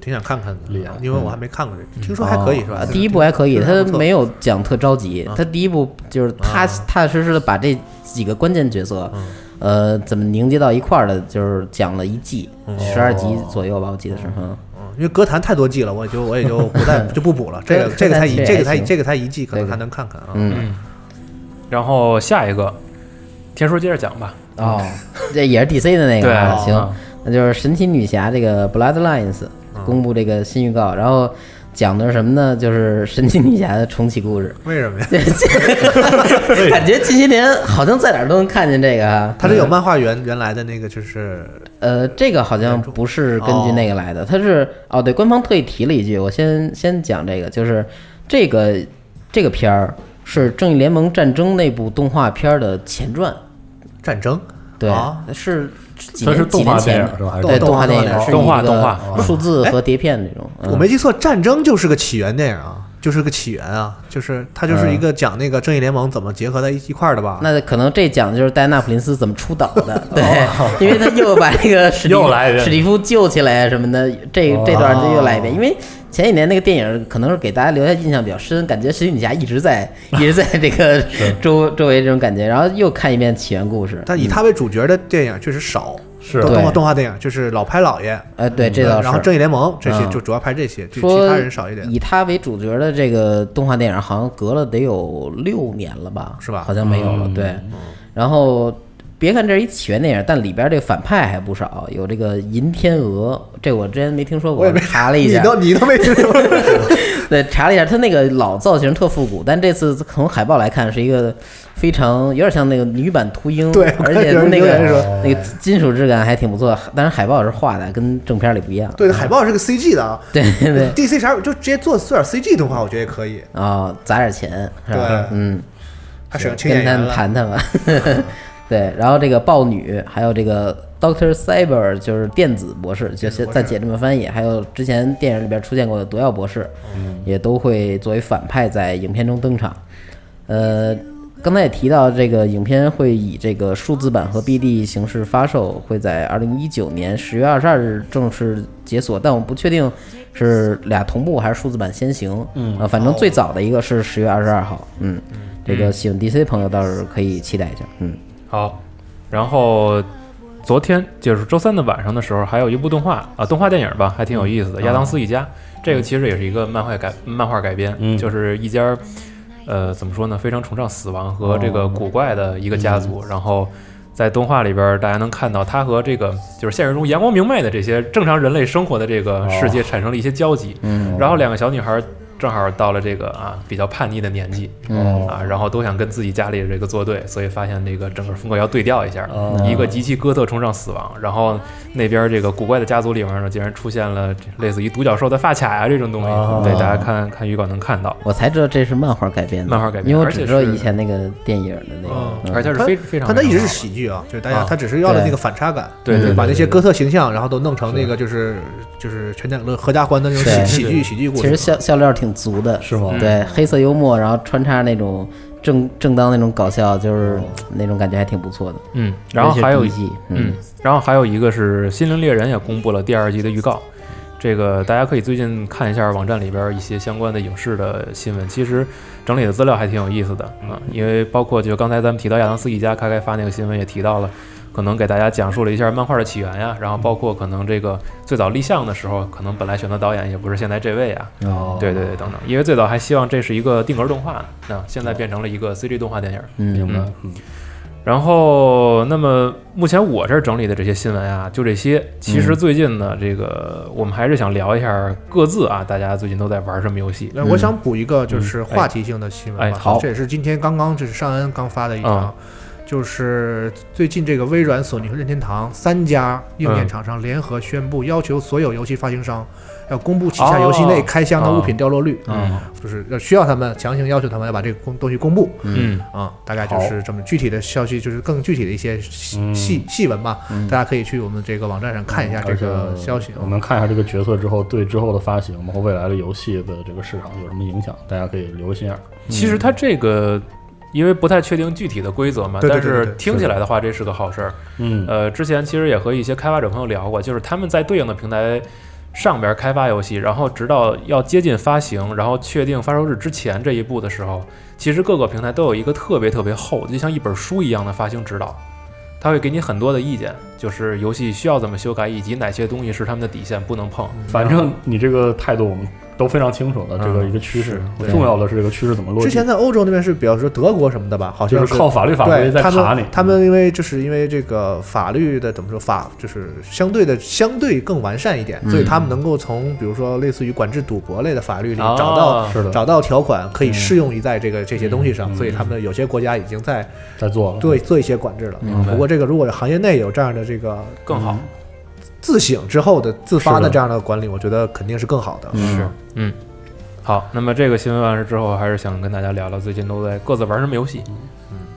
挺想看看的厉害，因为我还没看过这，听说还可以是吧嗯啊，？第一部还啊可以，听着他还不错没有讲特着急，他第一部就是踏踏踏实实的把这几个关键角色，呃，怎么凝结到一块儿的，就是讲了一季，十二集左右吧，我记得是，嗯，嗯因为歌坛太多季了，我就我也 [laughs] 就不再就不补了。这个对这个才一这个这个才还行这个才一季，可能对还能看看啊。嗯，然后下一个，天叔接着讲吧。哦，这也是 DC 的那个啊，对行啊，那就是神奇女侠这个 Bloodlines 公布这个新预告，然后讲的是什么呢？就是神奇女侠的重启故事。 [laughs] 为什么呀？对，这感觉近些年好像在哪儿都能看见这个啊。它是有漫画原原来的那个，就是呃，这个好像不是根据那个来的，它是哦，对，官方特意提了一句，我先先讲这个，就是这个这个片儿是《正义联盟战争》那部动画片儿的前传，战争，对，啊是几它年是几动年画前电的影是吧？还是对，哦动动画画电动画影是哦哎动画以一个动画哦数字和碟片这种，嗯我没记错，战争就是个起源电影啊，就是个起源啊，就是它就是一个讲那个正义联盟怎么结合在一一块儿的吧？嗯啊那可能这讲的就是戴安娜·普林斯怎么出岛的，对，因为他又把那个史蒂夫又来一遍史蒂夫救起来啊什么的，这这段就又来一遍，因为前几年那个电影可能是给大家留下印象比较深，感觉神奇女侠一直在一直在这个周周围这种感觉，然后又看一遍起源故事。但以他为主角的电影确实少，是动动画嗯对动画电影就是老拍老爷，哎，对，这倒是。然后正义联盟这些嗯就主要拍这些，就说其他人少一点。以他为主角的这个动画电影，好像隔了得有六年了吧？是吧好像没有了。嗯对，然后别看这是一起源电影，但里边这个反派还不少，有这个银天鹅，这我之前没听说过，我也没查了一 [laughs] 你下，都你都没听 [laughs] 说过，对，查了一下，他那个老造型特复古，但这次从海报来看是一个非常有点像那个女版秃鹰， [laughs] 对而且我看有人那有人个说那个金属质感还挺不错，但是海报是画的，跟正片里不一样。对，海报是个 CG 的啊。 [laughs] 对对对 DC 啥就直接做做点 CG 动画，我觉得也可以。啊，砸点钱是吧对？嗯。还省请演跟他员们了，谈谈吧。嗯 [laughs] 对，然后这个豹女，还有这个 Doctor Cyber，就是电子博士，就先暂且这么翻译。还有之前电影里边出现过的毒药博士，也都会作为反派在影片中登场。呃，刚才也提到，这个影片会以这个数字版和 BD 形式发售，会在二零一九年十月二十二日正式解锁，但我不确定是俩同步还是数字版先行。嗯，啊，反正最早的一个是十月二十二号。嗯，这个喜欢 DC 朋友倒是可以期待一下。嗯，好，然后昨天就是周三的晚上的时候，还有一部动画啊，动画电影吧，还挺有意思的，亚当斯一家》。这个其实也是一个漫画改漫画改编，嗯就是一家呃怎么说呢，非常崇尚死亡和这个古怪的一个家族。然后在动画里边儿，大家能看到他和这个就是现实中阳光明媚的这些正常人类生活的这个世界产生了一些交集。嗯然后两个小女孩儿正好到了这个啊比较叛逆的年纪，嗯啊，然后都想跟自己家里这个作对，所以发现这个整个风格要对调一下，啊哦一个极其哥特崇尚死亡，然后那边这个古怪的家族里面呢，竟然出现了这类似于独角兽的发卡呀、这种东西，哦啊对，大家看看预告能看到，我才知道这是漫画改编的，漫画改编因为我而只且知道是以前那个电影的那哦个，嗯而且是非非常，他他一直非常是好嗯喜剧啊，就是大家啊他只是要了那个反差感，对对对把那些对对哥特形象，啊然后都弄成那个就是就是全家乐合家欢的那种对喜喜剧对喜剧故事。其实笑笑料挺足的，是吗？嗯对，黑色幽默，然后穿插那种正正当那种搞笑，就是哦那种感觉还挺不错的。嗯，然后还有尤其是第一季，嗯，然后还有一个是《心灵猎人》也公布了第二季的预告，这个大家可以最近看一下网站里边一些相关的影视的新闻，其实整理的资料还挺有意思的啊，因为包括就刚才咱们提到亚当斯一家开开发那个新闻也提到了。可能给大家讲述了一下漫画的起源呀，然后包括可能这个最早立项的时候，可能本来选的导演也不是现在这位啊，哦，对对对，等等，因为最早还希望这是一个定格动画呢，那现在变成了一个 CG 动画电影，明 [laughs] 白。嗯然后，那么目前我这儿整理的这些新闻啊，就这些。其实最近呢，这个嗯我们还是想聊一下各自啊，大家最近都在玩什么游戏那我想补一个就是话题性的新嗯闻哎吧，好这也是今天刚刚就是上恩刚发的一条嗯，就是最近这个微软、索尼和任天堂三家硬嗯件厂商联合宣布，要求所有游戏发行商要公布旗下游戏内哦开箱的物品掉落率，嗯就是要需要他们强行要求他们要把这个公东西公布嗯啊，大概就是这么具体的消息，就是更具体的一些细嗯细细文吧，嗯大家可以去我们这个网站上看一下这个而且消息啊。我们看一下这个角色之后对之后的发行，包括未来的游戏的这个市场有什么影响，大家可以留心眼儿。其实它这个，因为不太确定具体的规则嘛，对对对对但对是听起来的话，这是个好事儿。嗯，呃，之前其实也和一些开发者朋友聊过，就是他们在对应的平台上边开发游戏，然后直到要接近发行，然后确定发售日之前这一步的时候，其实各个平台都有一个特别特别厚，就像一本书一样的发行指导，它会给你很多的意见，就是游戏需要怎么修改，以及哪些东西是他们的底线不能碰。反正你这个态度我们都非常清楚了，这个一个趋势。重要的是这个趋势怎么落地。之前在欧洲那边是，比方说德国什么的吧，好像就是靠法律法对规在他查们你，他们因为就是因为这个法律的怎么说法，就是相对的相对更完善一点，所嗯以他们能够从比如说类似于管制赌博类的法律里哦找到。是的找到条款可以适用于在这个这些东西上，嗯所以他们有些国家已经在在做了。做做一些管制了。明白不过这个如果行业内有这样的这个更好，嗯自省之后的自发是的的这样的管理，我觉得肯定是更好的。是，嗯。好，那么这个新闻完事之后，还是想跟大家聊聊最近都在各自玩什么游戏。嗯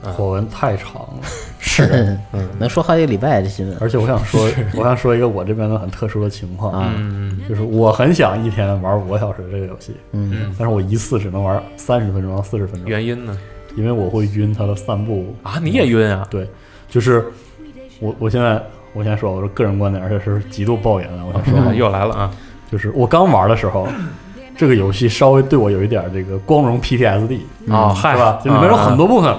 火纹太长了，是，嗯嗯能说好几个礼拜这新闻。而且我想说，我想说一个我这边的很特殊的情况，啊嗯就是我很想一天玩五个小时这个游戏，嗯，嗯，但是我一次只能玩三十分钟到四十分钟，原因呢？因为我会晕它的散步。啊，你也晕啊？对，就是我我现在我 [laughs] 先嗯说，我是个人观点，而且是极度抱怨的。我想说，又来了啊！就是我刚玩的时候，这个游戏稍微对我有一点这个光荣 PTSD，啊，嗨，嗯是吧？就里面有很多部分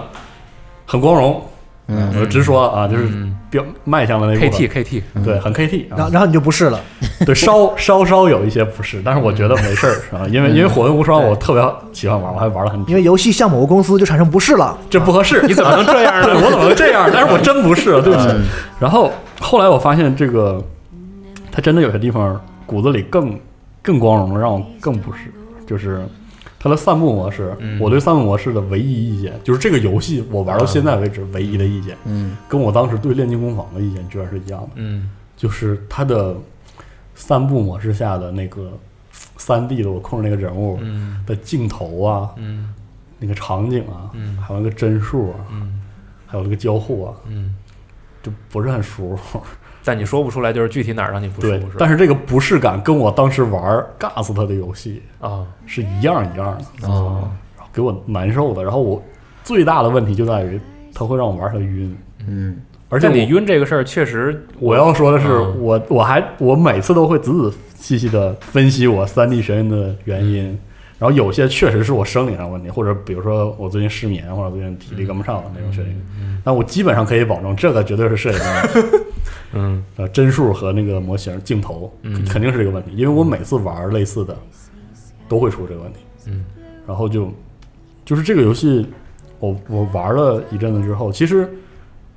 很光荣，嗯我直说啊，就是嗯标迈向了那一部 KT 分， KT，对，很 KT 然啊后，然后你就不是了， [laughs] 对，稍稍稍有一些不适，但是我觉得没事儿啊，因为因为火纹无双我特别喜欢玩，我还玩了很久因，为游戏向某个公司就产生不适了。这不合适，啊你怎么能这样 [laughs] 呢？嗯我怎么能这样？但是我真不是，对不起。然后后来我发现这个，他真的有些地方骨子里更更光荣，让我更不是，就是它的散步模式。我对散步模式的唯一意见，就是这个游戏我玩到现在为止唯一的意见，嗯跟我当时对《炼金工坊》的意见居然是一样的，嗯就是它的散步模式下的那个三 D 的我控制那个人物嗯的镜头啊，嗯那个场景啊，嗯还有那个帧数啊，嗯还有这个交互啊，嗯，就不是很舒服。但你说不出来，就是具体哪儿让你不舒对服，，但是是这个不适感跟我当时玩儿 GAS 它的游戏吧啊，是一样一样的，哦然后给我难受的。然后我最大的问题就在于它会让我玩儿它晕，嗯而且但你我晕这个事儿确实，我要说的是，嗯我我还我每次都会仔仔细细的分析我三 D 眩晕的原因。然后有些确实是我生理上的问题，或者比如说我最近失眠，或者最近体力跟不上那种眩晕，但我基本上可以保证，这个绝对是摄影的嗯呃帧数和那个模型镜头，嗯肯定是这个问题，因为我每次玩类似的都会出这个问题，嗯然后就就是这个游戏，我我玩了一阵子之后，其实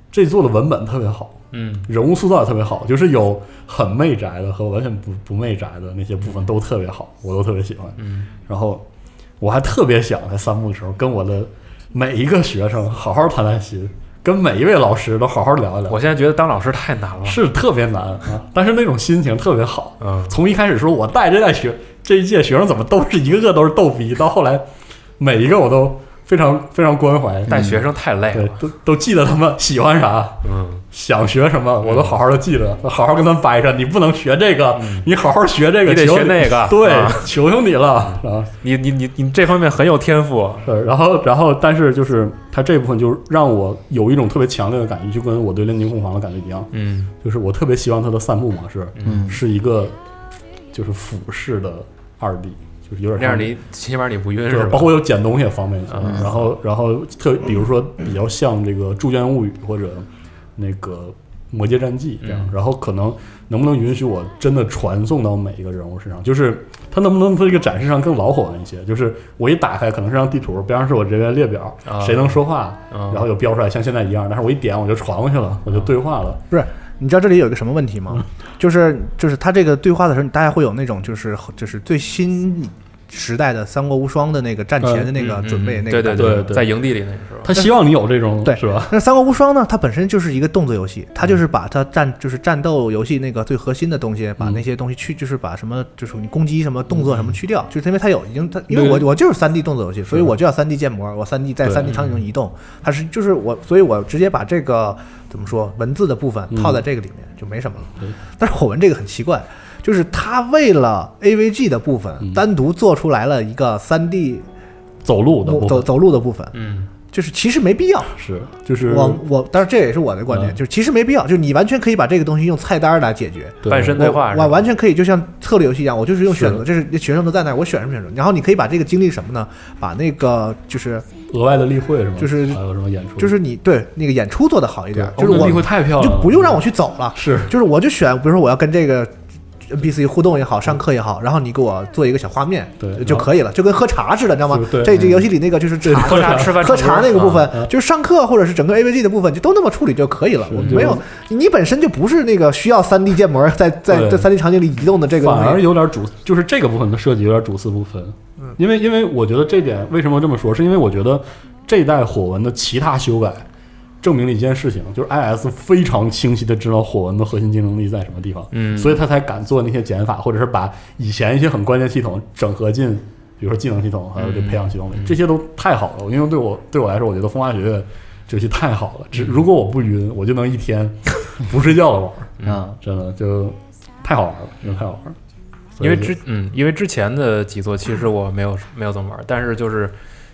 这做的文本特别好，嗯人物塑造也特别好，就是有很媚宅的和完全不不媚宅的那些部分都特别好，我都特别喜欢。嗯，然后我还特别想在三部的时候跟我的每一个学生好好谈谈心，跟每一位老师都好好聊一聊我。现在觉得当老师太难了，是特别难啊，但是那种心情特别好。嗯从一开始说我带这代学这一届学生怎么都是一个个都是逗逼，到后来每一个我都非常非常关怀，带学生太累对了，都都记得他们喜欢啥，嗯想学什么，我都好好的记着，好好跟他们掰扯。你不能学这个，你好好学这个，嗯你得求学那个 [laughs] 对，啊求求你了啊！你你你你这方面很有天赋，是，然后然后，但是就是他这部分就让我有一种特别强烈的感觉，就跟我对《炼金工坊》的感觉一样，嗯就是我特别希望它的散步模式嗯是一个就是俯视的二 D，就是有点那样像你起码你不晕是对，吧？包括有捡东西也方便一些。嗯然后，然后特比如说比较像这个《住院物语》或者那个《魔界战记》这样，嗯然后可能能不能允许我真的传送到每一个人物身上？就是它能不能在这个展示上更老火一些？就是我一打开可能是张地图，边上是我人员列表，啊谁能说话，嗯然后有标出来，像现在一样。但是我一点我就传过去了，我就对话了。不是，你知道这里有一个什么问题嗯吗？就是就是他这个对话的时候，你大家会有那种就是就是最新时代的《三国无双》的那个战前的那个嗯啊准备嗯那对个对感觉对对在营地里那个时候，他希望你有这种对是吧？那《三国无双》呢，它本身就是一个动作游戏，它就是把它战就是战斗游戏那个最核心的东西，把嗯那些东西去，就是把什么就是你攻击什么动作什么去掉，就是因为它有已经它，因为我对我就是三 D 动作游戏，所以我就要三 D 建模，我三 D 在对嗯三 D 场景中移动，它是就是我，所以我直接把这个怎么说文字的部分套在这个里面就没什么嗯对了。但是火纹这个很奇怪。就是它为了 AVG 的部嗯分单独做出来了一个三 D 走路的部分走走路的部分，嗯就是其实没必要，是就是我我，当然这也是我的观点，嗯就是其实没必要，就是你完全可以把这个东西用菜单儿来解决。对半身对话是吧我完全可以就像策略游戏一样，我就是用选择，是这是学生都在那儿，我选什么选什么。然后你可以把这个经历什么呢？把那个就是额外的例会是吗？就是还有什么演出？就是你对那个演出做得好一对点，就是哦那我例会太漂亮就了，不用让我去走了，是就是我就选，比如说我要跟这个 NPC 互动也好，上课也好，然后你给我做一个小画面，嗯对就可以了，就跟喝茶似的，你知道吗是？对这这游戏里那个就是茶喝茶吃饭喝茶那个部分啊啊，就是上课或者是整个 AVG 的部分，就都那么处理就可以了。是我就没有你本身就不是那个需要三 D 建模在在对在三 D 场景里移动的这个反东而西。有点主，就是这个部分的设计有点主次不分。嗯因为因为我觉得这点为什么这么说，是因为我觉得这一代火纹的其他修改证明了一件事情，就是 IS 非常清晰的知道火纹的核心竞争力在什么地方，嗯，所以以他才敢做那些减法，或者是把以前一些很关键系统整合进，比如说技能系统还嗯有这培养系统里，这些都太好了。因为对我对我来说，我觉得风花雪月这游戏太好了，只如果我不晕，我就能一天 [laughs] 不睡觉的玩。啊真的就太好玩了，真的太好玩了。所以因为就之嗯，因为之前的几座其实我没有没有怎么玩，但是就是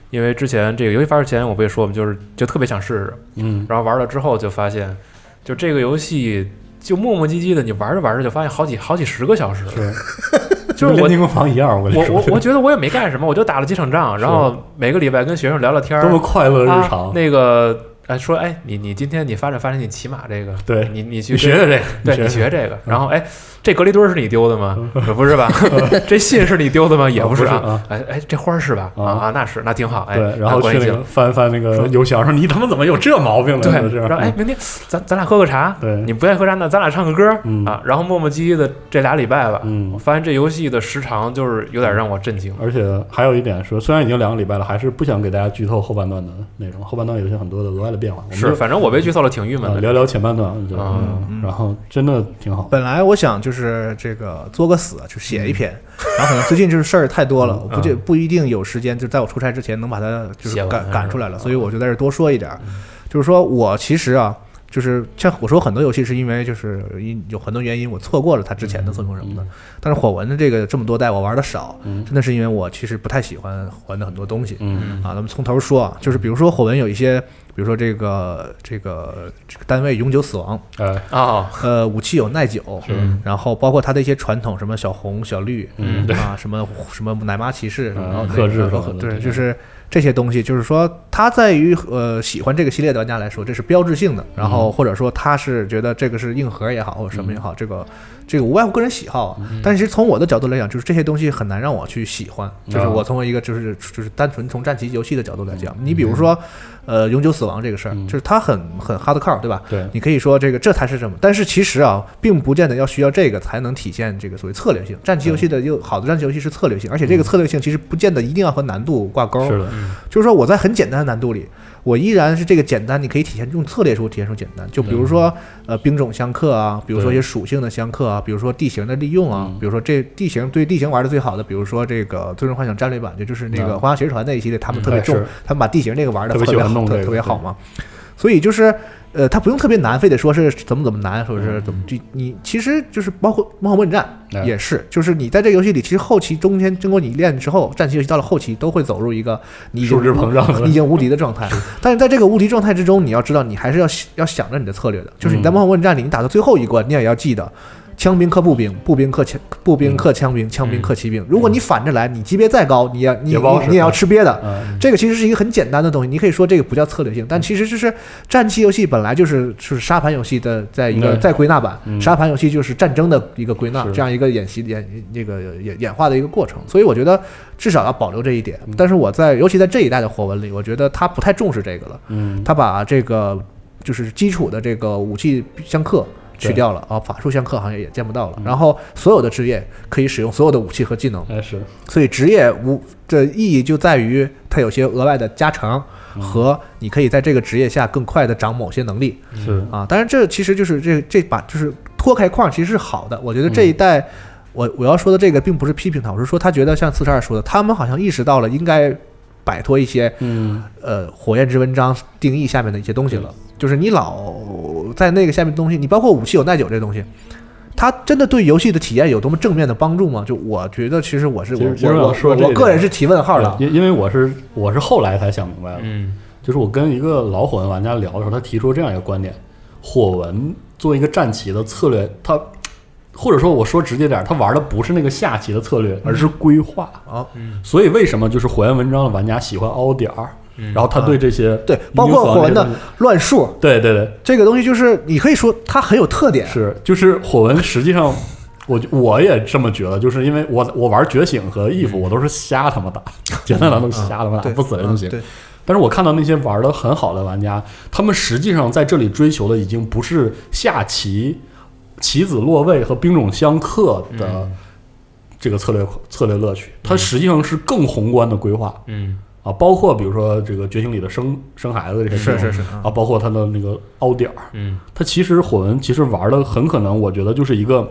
因为之前这个游戏发售前我不也说嘛，就是就特别想试试，嗯，然后玩了之后就发现，就这个游戏就磨磨唧唧的，你玩着玩着就发现好几好几十个小时，是 [laughs] 就是跟我练金工房一样，我跟我你说，我我觉得我也没干什么，我就打了几场仗，然后每个礼拜跟学生聊聊 [laughs] 天儿，多么快乐的日啊常。那个哎，说哎，你你今天你发展发展你骑马这个，对你你去你学跟学这个，对你你学嗯学这个，然后哎，这隔离墩儿是你丢的 [laughs] 吗？不是吧？ [laughs] 这信是你丢的吗？也啊不是不是啊啊。哎哎，这花儿是吧？啊啊啊，那是，那挺好。哎，对，然那后关去系那近个了。翻翻那个邮箱，说你他妈怎么有这毛病呢？对就是，嗯然后哎，，明天咱咱俩喝个茶。对你不爱喝茶，那咱俩唱个歌嗯啊。然后磨磨唧唧的这俩礼拜吧，嗯我发现这游戏的时长就是有点让我震惊。而且还有一点说，虽然已经两个礼拜了，还是不想给大家剧透后半段的内容，后半段有一些很多的额外的变化。我们是，反正我被剧透了，挺郁闷呃的。聊聊前半段，我觉得啊嗯然后真的挺好。本来我想就是这个作个死，就写一篇，然后可能最近就是事儿太多了，我不就不一定有时间，就在我出差之前能把它就是写完赶是吧赶出来了，所以我就在这儿多说一点儿，就是说我其实啊。就是像我说，很多游戏是因为就是因有很多原因，我错过了它之前的作品什么的。但是火纹的这个这么多代，我玩的少，嗯真的是因为我其实不太喜欢火纹的很多东西。嗯啊，咱们从头说啊，就是比如说火纹有一些，比如说这个这个这个单位永久死亡，哎，啊，呃，武器有耐久，嗯然后包括它的一些传统，什么小红、小绿，嗯啊，什么什么奶妈骑士，嗯然后克制然后什么的对，对就是这些东西，就是说它在于呃喜欢这个系列的玩家来说，这是标志性的，然嗯后或者说他是觉得这个是硬核也好，或者什么也好，这个这个无外乎个人喜嗯好啊，但是其实从我的角度来讲，就是这些东西很难让我去喜欢，就是啊嗯我从一个就是就是单纯从战棋游戏的角度来讲，你比如说。呃，永久死亡这个事儿，就是它很很 hardcore，对吧？对你可以说这个这才是什么，但是其实啊，并不见得要需要这个才能体现这个所谓策略性。战棋游戏的又好的战棋游戏是策略性，而且这个策略性其实不见得一定要和难度挂钩。嗯是的，就是说我在很简单的难度里，我依然是这个简单，你可以体现用策略出体现出简单。就嗯比如说呃兵种相克啊，比如说一些属性的相克啊，比如说地形的利用嗯啊，比如说这地形对地形玩的最好的，比如说这个《最终幻想战略版》，也就是那个《嗯花样骑士团》那一系列，他们特别哎重是，他们把地形这个玩的特别特喜别欢好，弄这特个特别好对嘛。所以就是呃，它不用特别难，非得说是怎么怎么难，或者嗯是怎么就你其实就是包括《梦幻混战哎》也是，就是你在这个游戏里，其实后期中间经过你练之后，战棋游戏到了后期都会走入一个你已经数值膨胀了 [laughs] 你已经无敌的状态。但是在这个无敌状态之中，你要知道你还是要要想着你的策略的，就是你在嗯《梦幻混战》里你打到最后一关，你也要记得。枪兵克步兵，步兵克枪，步兵克枪兵，枪兵克骑兵。如果你反着来，你级别再高，你也嗯也你你不好使你也要吃瘪的。嗯这个其实是一个很简单的东西，你可以说这个不叫策略性，但其实就是战棋游戏本来就是就是沙盘游戏的在一个对再归纳版，嗯沙盘游戏就是战争的一个归纳，是这样一个演习演那个演演化的一个过程，所以我觉得至少要保留这一嗯点。但是我在尤其在这一代的火纹里，我觉得他不太重视这个了，嗯，他把这个就是基础的这个武器相克。去对嗯掉了啊，法术相克好像也见不到了。然后所有的职业可以使用所有的武器和技能，哎是，所以职业无的意义就在于它有些额外的加成和你可以在这个职业下更快的长某些能力是啊。当然，这其实就是这这把就是脱开框，其实是好的。我觉得这一代。我我要说的这个并不是批评他，我是说他觉得像四十二说的，他们好像意识到了应该摆脱一些嗯呃火焰之纹章定义下面的一些东西了。就是你老在那个下面的东西，你包括武器有耐久这东西，它真的对游戏的体验有多么正面的帮助吗？就我觉得，其实我是其实我其实我我我说这我一个点人是提问号的。因因为我是我是后来才想明白的，嗯，就是我跟一个老火纹玩家聊的时候，他提出这样一个观点：火纹作为一个战棋的策略，他或者说我说直接点儿，他玩的不是那个下棋的策略，而是规划。啊，所以为什么就是火焰文章的玩家喜欢凹点儿，然后他对这些嗯对，包括火纹的英雄所乱数，对对对这个东西就是你可以说它很有特点，是就是火纹实际上。我我也这么觉得，就是因为我我玩觉醒和 if 我都是瞎他妈打，简单难度瞎他妈打，对，不死人嗯都行。对，但是我看到那些玩的很好的玩家，他们实际上在这里追求的已经不是下棋、棋子落位和兵种相克嗯的这个策略策略乐趣，它实际上是更宏观的规划。嗯啊，包括比如说这个《觉醒》里的生生孩子这些是内容是是嗯啊，包括他的那个凹点儿，嗯他其实火纹其实玩的很可能，我觉得就是一个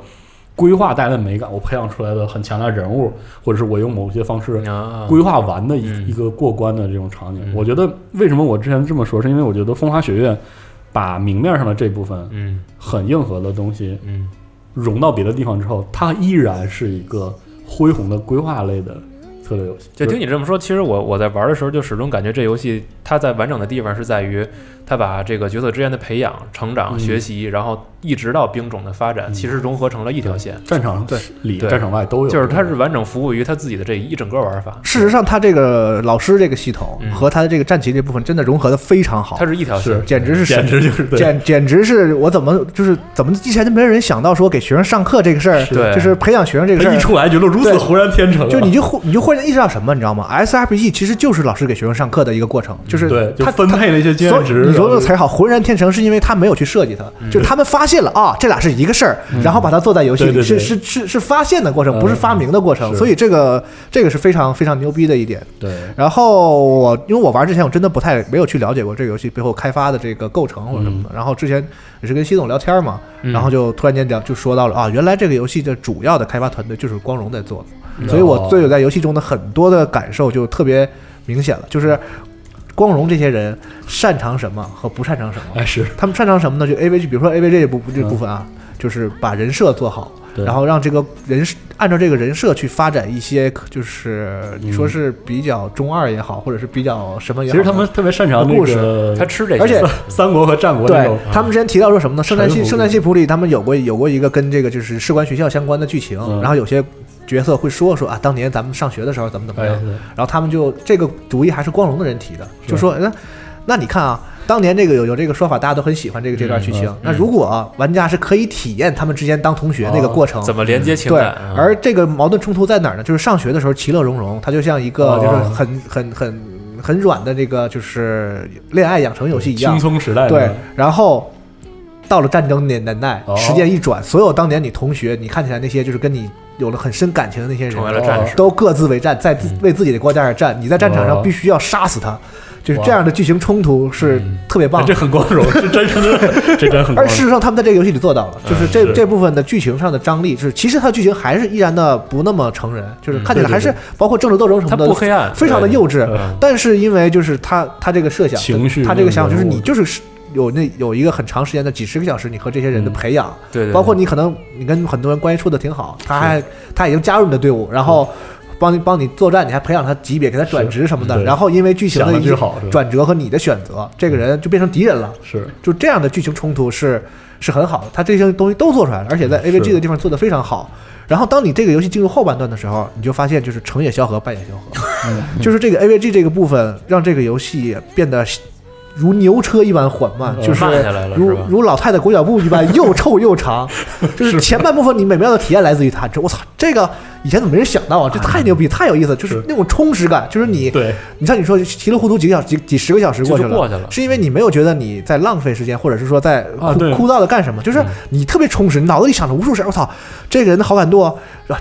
规划带来的美感，我培养出来的很强大的人物，或者是我用某些方式啊规划完的一、嗯一个过关的这种场景。我觉得为什么我之前这么说，是因为我觉得《风花雪月》把明面上的这部分嗯很硬核的东西嗯融到别的地方之后，它依然是一个恢宏的规划类的策略游戏。就听你这么说，其实我我在玩的时候就始终感觉这游戏它在完整的地方是在于，它把这个角色之间的培养、成长、嗯学习，然后一直到兵种的发展，嗯其实融合成了一条线，战场对里、对战场外都有，就是它是完整服务于它自己的这一整个玩法，事实上，他这个老师这个系统嗯和他的这个战旗这部分真的融合的非常好它，是一条线是，简直是神简直就是对简简直是我怎么就是怎么之前就没有人想到说给学生上课这个事儿，是对就是培养学生这个事他一儿，出来觉得如此对浑然天成啊，就你就忽你就忽然意识到什么，你知道吗？SRPG 其实就是老师给学生上课的一个过程，就是嗯对，就他分配了一些经所验以值。你说这个然后词儿好，浑然天成，是因为他没有去设计它，嗯就是他们发现了啊，这俩是一个事儿，然后把它做在游戏里，对对是对是是是发现的过嗯程，不是发明的过程，是所以这个这个是非常非常牛逼的一点。对，然后我因为我玩之前我真的不太没有去了解过这个游戏背后开发的这个构成或者什么的，然后之前也是跟西总聊天嘛，嗯然后就突然间聊就说到了啊，原来这个游戏的主要的开发团队就是光荣在做的，所以我对我在游戏中的很多的感受就特别明显了，就是光荣这些人擅长什么和不擅长什么，哎是，他们擅长什么呢？就 AVG，比如说 AVG 这部这部分啊，就是把人设做好。嗯对然后让这个人设按照这个人设去发展一些，就是你说是比较中二也好，或者是比较什么也其好。实他们特别擅长那故个它吃这些，而且三国和战国那对种，嗯啊他们之前提到说什么呢？圣诞臣系服圣诞系谱里，他们有过有过一个跟这个就是士官学校相关的剧情，嗯然后有些角色会说说啊，当年咱们上学的时候怎么怎么哎样，对然后他们就这个主意还是光荣的人提的，就说哎那那你看啊，当年这个有有这个说法，大家都很喜欢这个这段剧情。嗯那如果、啊玩家是可以体验他们之间当同学那个过程，怎么连接情对感，啊，而这个矛盾冲突在哪儿呢？就是上学的时候其乐融融，它就像一个哦就是很很很很软的这个就是恋爱养成游戏一样青，葱时代的哎对，然后。到了战争年年代，嗯哦时间一转，所有当年你同学，你看起来那些就是跟你有了很深感情的那些人，成为了战士。都各自为战，在自为自己的国家而战。你在战场上哦必须要杀死他，就是这样的剧情冲突是特别哎棒这的。很 [laughs] 光荣，这真是这真很光而荣。事实上，他们在这个游戏里做到了，就是这是这部分的剧情上的张力，就是其实它的剧情还是依然的不那么成人，就是看起来对对还是包括政治斗争什它么的，不黑暗，非常的幼稚对。嗯但是因为就是他他这个设想，情绪他这个想法就是你那就是有那有一个很长时间的几十个小时，你和这些人的嗯培养，对对，对包括你可能你跟很多人关系处的挺好，他还他已经加入你的队伍，然嗯后帮你帮你作战，你还培养他级别，给他转职什么的，对然后因为剧情想的的一巨些好，是吧转折和你的选择，这个人就变成敌人了。是就这样的剧情冲突是是很好的，他这些东西都做出来了，而且在是 AVG 的地方做的非常好。然后当你这个游戏进入后半段的时候，你就发现就是成也萧何，败也萧何，就是这个 AVG 这个部分让这个游戏变得如牛车一般缓慢，嗯就是慢下来了如是吧如老太太裹脚布一般又臭又长，就是前半部分你美妙的体验来自于它，这我操，这个以前怎么没人想到啊？这太牛逼，太有意思，就是是那种充实感，就是你对，你像你说稀里糊涂几个小几几十个小时过去了，就过去了是因为你没有觉得你在浪费时间，或者是说在枯、啊对嗯枯燥的干什么，就是你特别充实，你脑子里想着无数事儿。我操，这个人的好感度，啊、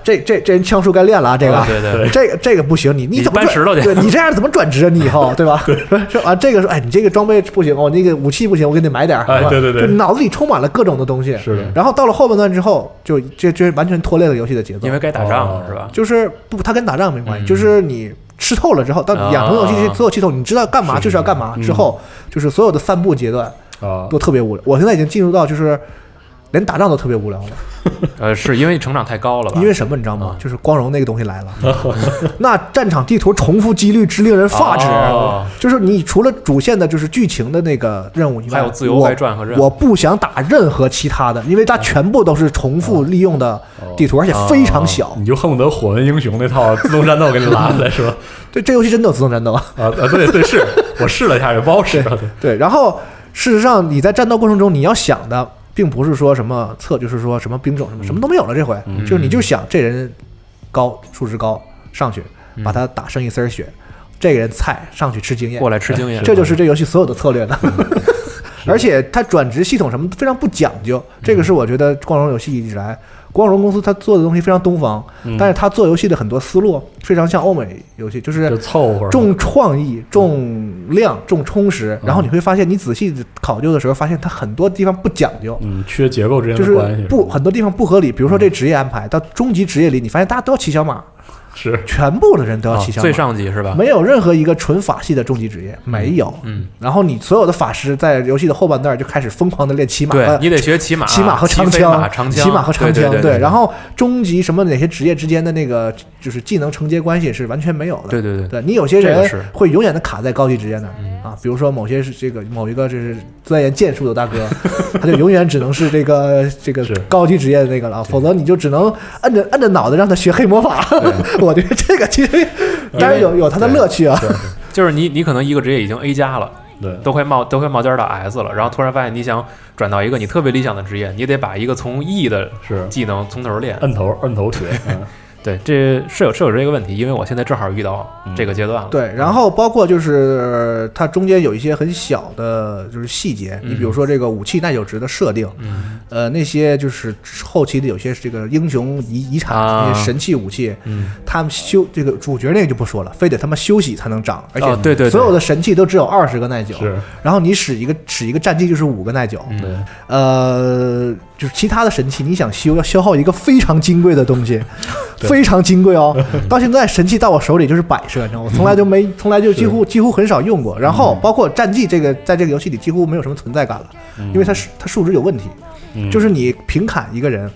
这这这人枪术该练了啊，这个。对对对，这个这个不行，你你你怎么搬转石头去对你这样怎么转职啊？你 [laughs] 以后对吧？ [laughs] 说啊，这个说，哎，你这个装备不行，哦，那个武器不行，我给你买点儿。哎对对对就脑子里充满了各种的东西。是的然后到了后半段之后，就这这完全拖累了游戏的节奏。因为该打仗了哦是吧？就是不，它跟打仗没关系，嗯啊就是你吃透了之后，当你养成游戏这些所有系统，你知道干嘛就是要干嘛嗯之后，就是所有的散步阶段啊，都特别无聊。我现在已经进入到就是连打仗都特别无聊了，呃，是因为你成长太高了吧？因为什么你知道吗？嗯就是光荣那个东西 [laughs] 来了，那战场地图重复几率之令人发指。哦就是你除了主线的，就是剧情的那个任务以外，还有自由我外传和任务我不想打任何其他的，因为它全部都是重复利用的地啊图，而且非常小。你就恨不得火纹英雄那套自动战斗给你拉出来是 [laughs] 吧？对，这游戏真的有自动战斗。啊啊，对对是，我试了一下也不好使，对对，然后事实上你在战斗过程中，你要想的并不是说什么策，就是说什么兵种什么什么都没有了。这回、嗯就是你就想这人高，数值高，上去嗯把他打剩一丝儿血；这个人菜，上去吃经验过。来吃经验，嗯这就是这游戏所有的策略了。 [laughs] 而且它转职系统什么非常不讲究，这个嗯是我觉得光荣游戏一直以来，光荣公司它做的东西非常东方，嗯但是它做游戏的很多思路非常像欧美游戏，就是就凑合重创意、重量、重充实，嗯然后你会发现，你仔细考究的时候，发现它很多地方不讲究，嗯，缺结构之就间的是关系不很多地方不合理。比如说这职业安排，到终极职业里，你发现大家都要骑小马，是全部的人都要啊骑象最马，上级是吧？没有任何一个纯法系的终极职业，没有。嗯，然后你所有的法师在游戏的后半段就开始疯狂的练骑马对了，你得学骑马、骑马和长骑飞马、枪，长枪、骑马和长对枪，对然后终极什么哪些职业之间的那个就是技能承接关系是完全没有的。对对对，对你有些这个人是会永远的卡在高级职业那儿、嗯啊，比如说某些是这个某一个就是钻研剑术的大哥， [laughs] 他就永远只能是这个这个是高级职业的那个了啊，否则你就只能摁着摁着脑袋让他学黑魔法。 [laughs] 我觉得这个其实当然有有他的乐趣啊，对就是你你可能一个职业已经 A 加了。对都快冒都快冒尖儿到 S 了，然后突然发现你想转到一个你特别理想的职业，你得把一个从 E 的是技能从头练。摁头摁头锤， [laughs] 嗯对，这是有是有这个问题，因为我现在正好遇到这个阶段了。嗯对，然后包括就是它中间有一些很小的，就是细节，嗯你比如说这个武器耐久值的设定，嗯呃，那些就是后期的有些这个英雄遗遗产、啊那些神器武器，嗯，他们修这个主角那个就不说了，非得他妈休息才能长，而且、哦对对对所有的神器都只有二十个耐久，是然后你使一个使一个战绩就是五个耐久，嗯对呃，就是其他的神器，你想修要消耗一个非常金贵的东 [laughs] 西，非常金贵哦。到现在神器到我手里就是摆设，你知道吗？我从来就没，从来就几乎几乎很少用过。然嗯后包括战绩这个，在这个游戏里几乎没有什么存在感了，因为它是它数值有问题，嗯就是你平砍一个人。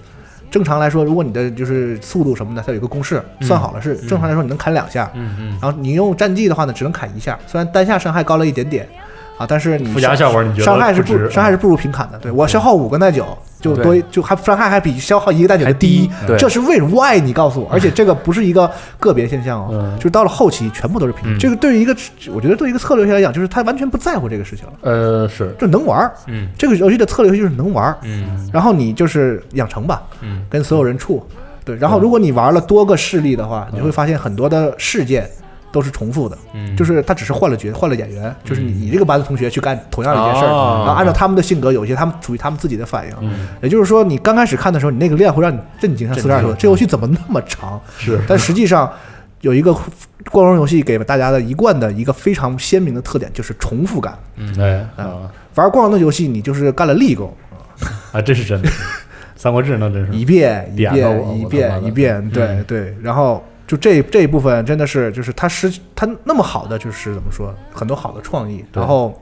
正常来说，如果你的就是速度什么的，它有一个公式，嗯算好了是正常来说你能砍两下，嗯嗯，然后你用战绩的话呢，只能砍一下，虽然单下伤害高了一点点啊，但是你附加效果你觉得伤害是不值嗯不伤害是不如平砍的。对我消耗五个耐久就多对就还伤害还比消耗一个耐久还的低低对，这是为什么 why？你告诉我，而且这个不是一个个别现象哦嗯，就是到了后期全部都是平。嗯这个对于一个我觉得对于一个策略游戏来讲，就是他完全不在乎这个事情了，呃是就能玩儿。嗯这个游戏的策略游戏就是能玩儿，嗯然后你就是养成吧，嗯跟所有人处。对，然后如果你玩了多个势力的话，你会发现很多的事件都是重复的，嗯，就是他只是换了角，换了演员，就是你你这个班的同学去干同样的一件事儿，哦然后按照他们的性格，有些他们属于他们自己的反应。嗯也就是说，你刚开始看的时候，你那个量会让你震惊。像震四十二惊说，这游戏怎么那么长？是但实际上，有一个光荣游戏给大家的一贯的一个非常鲜明的特点，就是重复感。哎啊玩光荣的游戏，你就是干了立功，啊这是真 [laughs] 的，《三国志》那真一是遍嗯一点了我遍一我他妈的遍一遍，对嗯对，然后。就这这一部分真的是，就是他失他那么好的，就是怎么说，很多好的创意，对然后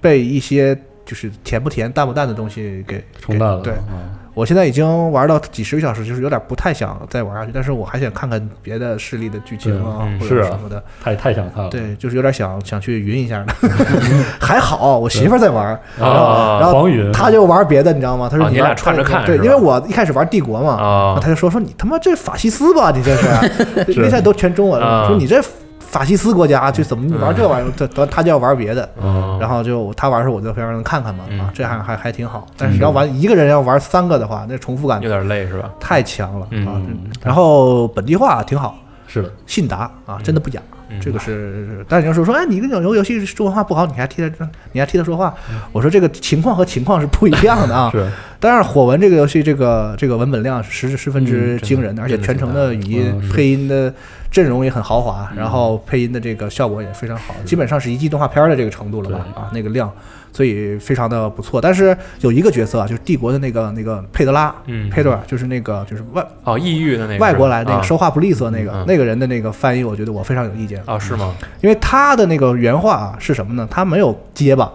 被一些就是甜不甜、淡不淡的东西给冲淡了，给对嗯我现在已经玩到几十个小时，就是有点不太想再玩下去，但是我还想看看别的势力的剧情啊对嗯，或者是啊什么的。太太想看了，对，嗯就是有点想想去云一下的。 [laughs] 还好我媳妇儿在玩，然啊后然后黄云她就玩别的，你知道吗？她说啊你玩俩串着看对，是吧因为我一开始玩帝国嘛，啊她就说说你他妈这法西斯吧，你 [laughs] 这是，啊那现在都全中文啊了，说你这法西斯国家就怎么你玩这玩意儿，她她她就要玩别的。嗯，然后就她玩的时候，我就陪她能看看嘛，嗯啊，这还还还挺好。但是你要玩一个人要玩三个的话，那重复感有点累是吧？太强了啊嗯！然后本地化挺好，是的，信达啊，真的不假嗯。这个是，但是你要说说，哎，你跟有游游戏是中文化不好，你还替他，你还替他说话。我说这个情况和情况是不一样的啊。 [laughs] 是当然，火纹这个游戏，这个这个文本量十十分嗯真之的惊人的，而且真的全是程的语音嗯是嗯配音的阵容也很豪华，然后配音的这个效果也非常好，基本上是一季动画片儿的这个程度了吧？对啊，那个量，所以非常的不错。但是有一个角色啊，就是帝国的那个那个佩德拉，嗯佩德尔就是那个就是外哦，抑郁的那个外国来那个说收话不利索那个、嗯那个人的那个翻译，我觉得我非常有意见，啊是吗？嗯因为他的那个原话啊是什么呢？他没有结巴，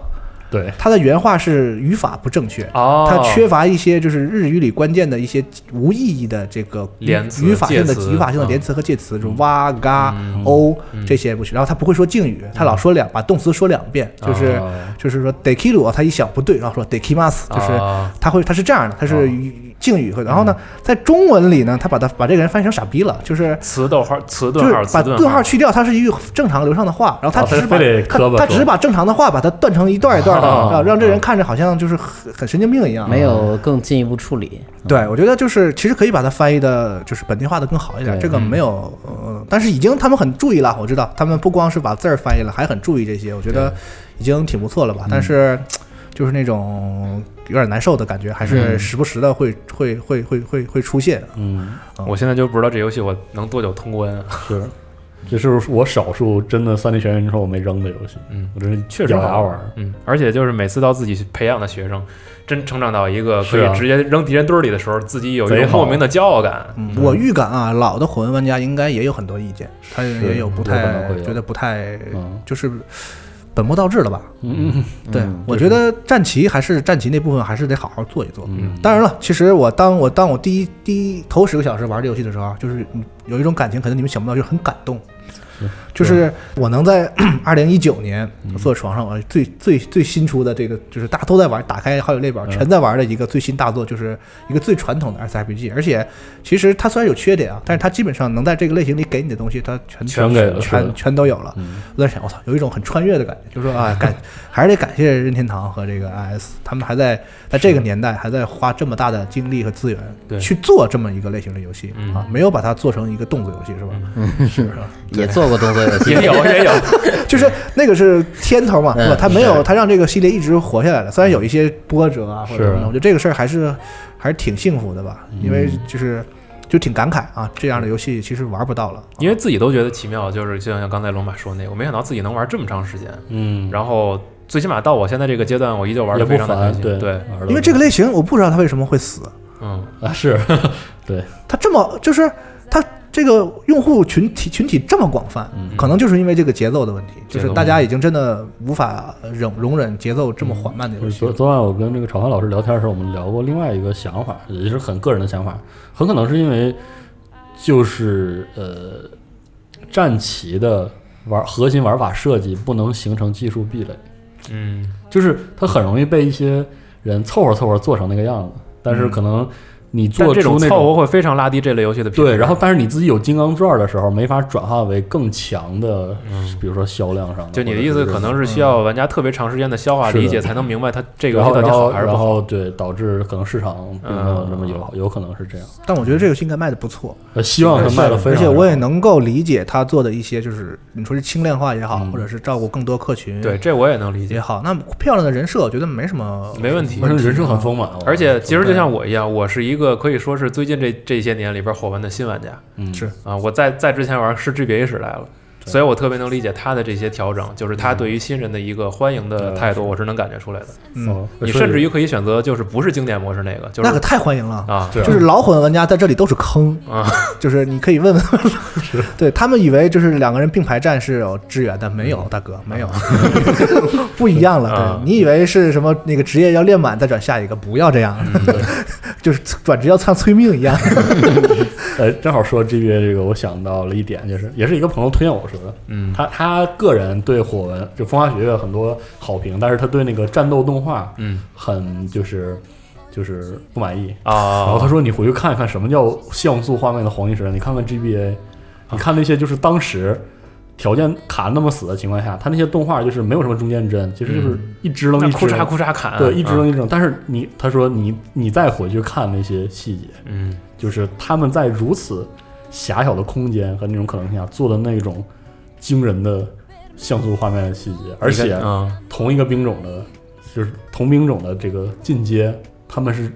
对他的原话是语法不正确。哦，他缺乏一些就是日语里关键的一些无意义的这个连词语法性介的词嗯语法性的连词和介词，就是哇、嘎、o 这些不行。然后他不会说敬嗯语，他老说两把动词说两遍，就是哦就是说 d e k i r u 他一想不对，然后说 d e k i m a s 就是啊他会他是这样的，他哦是语敬语和。然后呢，在中文里呢，他把他把这个人翻译成傻逼了，就是词逗号、词就顿是号、把词顿号号，去掉，它是一句正常流畅的话，然后哦他他只是非把得磕巴他他只说是把正常的话把它断成一段一段哦的，啊让这人看着好像就是很很神经病一样。没哦有更进一步处理。嗯对，我觉得就是其实可以把它翻译的，就是本地化的更好一点。对这个没有，呃，但是已经他们很注意了，我知道他们不光是把字儿翻译了，还很注意这些，我觉得已经挺不错嗯了吧。但是就是那种有点难受的感觉，还是时不时的会会会会会会出现。嗯我现在就不知道这游戏我能多久通关啊。 [laughs] 是这是我少数真的三 D 全员之后我没扔的游戏，嗯，我真是确实咬好牙玩儿。嗯，而且就是每次到自己培养的学生真成长到一个可是啊以直接扔敌人堆儿里的时候，自己有一贼种好嗯莫名的骄傲感。我预感啊，老的火纹玩家应该也有很多意见，他也有不有可能太会有觉得不太嗯就是本末倒置了吧？嗯对，我觉得战旗还是战旗那部分还是得好好做一做。嗯当然了，其实我当我当我第一第一头十个小时玩这游戏的时候啊，就是有一种感情，可能你们想不到，就是很感动。就是我能在 [clears throat] 二零一九年嗯坐床上，我最最最新出的这个，就是大家都在玩，打开好友列表，嗯全在玩的一个最新大作，就是一个最传统的 SRPG。而且，其实它虽然有缺点啊，但是它基本上能在这个类型里给你的东西，它全全给了是的全全都有了。嗯我在想，我操，有一种很穿越的感觉，就是说啊， [laughs] 感还是得感谢任天堂和这个 IS，他们还在在这个年代还在花这么大的精力和资对源去做这么一个类型的游戏嗯啊，没有把它做成一个动作游戏是吧？嗯，是吧也做过动作游戏也， [laughs] 有也有，就是那个是天头嘛，嗯对吧？他没是有，他让这个系列一直活下来了，虽然有一些波折啊或者是什么的，我觉得这个事儿还是还是挺幸福的吧，因为就是就挺感慨啊，这样的游戏其实玩不到了，因为自己都觉得奇妙，就是就像刚才龙马说那个，我没想到自己能玩这么长时间，嗯，然后最起码到我现在这个阶段，我依旧玩的也不非常的开烦，心。对对，玩得因为这个类型我不知道它为什么会死，嗯，啊是， [laughs] 它这么就是它这个用户群体群体这么广泛，可能就是因为这个节奏的问题，节就奏是大家已经真的无法呃容容忍节奏这么缓慢的游就是戏昨。昨晚我跟这个炒饭老师聊天的时候，我们聊过另外一个想法，也是很个人的想法，很可能是因为就是呃，战旗的玩核心玩法设计不能形成技术壁垒，嗯，就是它很容易被一些人凑合凑合做成那个样子，但是可能你嗯但做这出种那凑合会非常拉低这类游戏的品质。对，然后但是你自己有金刚钻的时候，没法转化为更强的，比如说销量上的，嗯就你的或者意思可能是需要玩家特别长时间的消化嗯是的理解，才能明白它这个然游戏后到底然好后还是然不好。嗯后对导致可能市场并没有那么友好，有可能是这样。但我觉得这个游戏应该卖的不错，呃，希望它卖的非而常好，且我也能够理解他做的一些，就是你说是轻量化也好，嗯或者是照顾更多客群对，这我也能理也解，好，那漂亮的人设我觉得没什么啊没问题我。人生很丰满，啊而且其实就像我一样，我是一个可以说是最近这这些年里边火纹的新玩家嗯是啊。我在在之前玩是 GBA 时代了，所以我特别能理解他的这些调整，就是他对于新人的一个欢迎的嗯态度，我是能感觉出来的。哦嗯，你甚至于于可以选择就是不是经典模式那个，就那可是太欢迎了。啊，对啊就是老混玩家在这里都是坑啊，就是你可 [laughs] 以问问，对他们以为就是两个人并排站是有支援的，没有，大哥没有， [laughs] 不一样了。嗯啊对你以为是什么那个职业要练满再转下一个，不要这样，嗯 [laughs] 就是转职要像催命一样。呃，正好说 GBA 这个，我想到了一点，就是也是一个朋友推荐我说的，嗯他他个人对火纹就风花雪月很多好评，但是他对那个战斗动画嗯很就是就是不满意，然后啊他，说：“你回去看一看什么叫像素画面的黄金时代，你看看 GBA，你看那些就是当时条件卡那么死的情况下，他那些动画就是没有什么中间帧，其实就是一支嗯那棱一哭支嚓棱，哭嚓砍，对，一支啊棱一支棱。但是你他说你你再回去看那些细节，嗯就是他们在如此狭小的空间和那种可能性下做的那种惊人的像素画面的细节，而且啊同一个兵种的，就是同兵种的这个进阶，他们是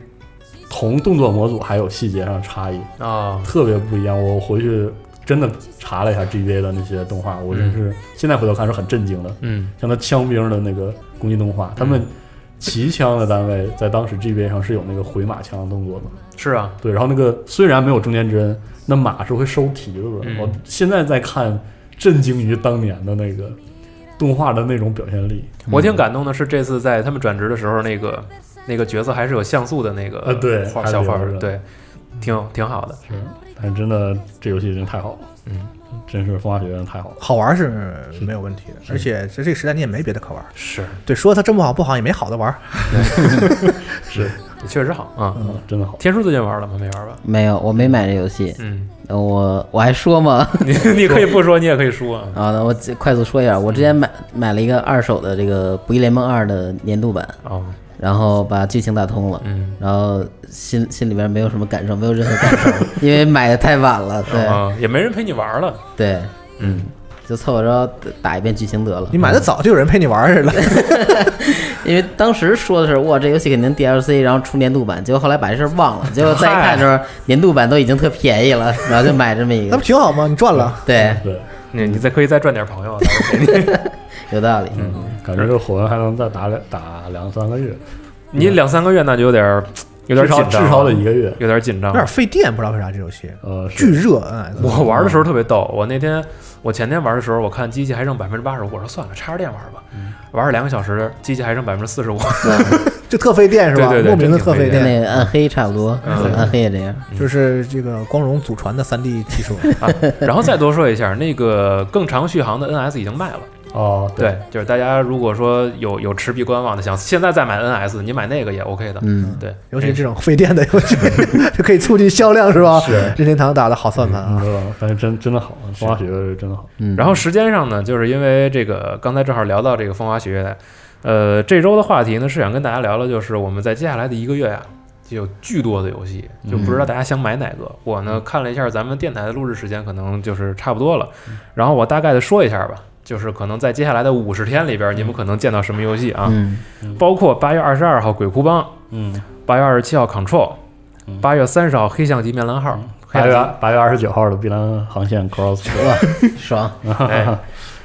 同动作模组还有细节上的差异，啊，特别不一样。我回去真的查了一下 GBA 的那些动画，我真是、现在回头看是很震惊的。嗯像他枪兵的那个攻击动画，他们骑枪的单位在当时 GBA 上是有那个回马枪的动作的。是啊，对，然后那个虽然没有中间帧，那马是会收蹄子的。嗯我现在在看，震惊于当年的那个动画的那种表现力。我挺感动的是，这次在他们转职的时候，那个那个角色还是有像素的那个啊对画还小画留着，对，挺挺好的。是，但是真的这游戏真太好了，嗯，真是风花雪月太好了。好玩是没有问题的，而且在这个时代你也没别的可玩。是，对，说它真不好不好也没好的玩儿。 [laughs] 是，确实好啊。嗯，真的好。天叔最近玩了吗？没玩吧？ [laughs] 没有，我没买这游戏，嗯，呃我我还说吗？你你可以不说，你也可以说啊。啊，那我自快速说一下，我之前买买了一个二手的这个《不义联盟二》的年度版，哦，然后把剧情打通了，嗯，然后心心里边没有什么感受，没有任何感 [laughs] 受，因为买的太晚了，对、啊，也没人陪你玩了。对，嗯，就凑合着打一遍剧情得了你。买的早就有人陪你玩儿似的。因为当时说的是哇，这游戏肯定 DLC，然后出年度版，结果后来把这事儿忘 [laughs] 了，结果再一看的时候，年度版都已经特便宜了，然后就买这么一那个啊不，挺好吗？你赚了。对，对，你你再可以再赚点朋友，到时候给你。有道理。嗯感觉这火纹还能再打两打两三个月，你两三个月那就有点儿有点儿至少紧张，至少得一个月。有点紧张有。点费电，不知道为啥这游戏呃，巨热嗯 NS。我玩的时候特别逗，我那天我前天玩的时候，我看机器还剩百分之八十五，我说算了，插着电玩吧。玩了两个小时，机器还剩百分之四十五。就特费电是吧？对对对莫名的特费真跟那电，个暗黑差不多，嗯暗黑也这样。就是这个光荣祖传的三 D 技术，啊然后再多说一下，那个更长续航的 NS 已经卖了。哦，对，就是大家如果说有有持币观望的，想现在再买 NS，你买那个也 OK 的。嗯，对，尤其这种费电的游戏， [laughs] 就可以促进销量是吧？是任天堂打的好算盘啊，嗯是吧？但是真真的好，风花雪月是真的好。嗯然后时间上呢，就是因为这个刚才正好聊到这个风花雪月的，呃，这周的话题呢是想跟大家聊聊，就是我们在接下来的一个月呀、啊就有巨多的游戏，就不知道大家想买哪个。我呢看了一下咱们电台的录制时间，可能就是差不多了。然后我大概的说一下吧，就是可能在接下来的五十天里边，你们可能见到什么游戏啊？嗯包括八月二十二号《鬼哭帮》，嗯，八月二十七号《Control 嗯》，八月三十号《黑象级面蓝号》嗯 [laughs] 哎黑八暗级，月八月二十九号的碧蓝航线 Cross [laughs] 爽，哎，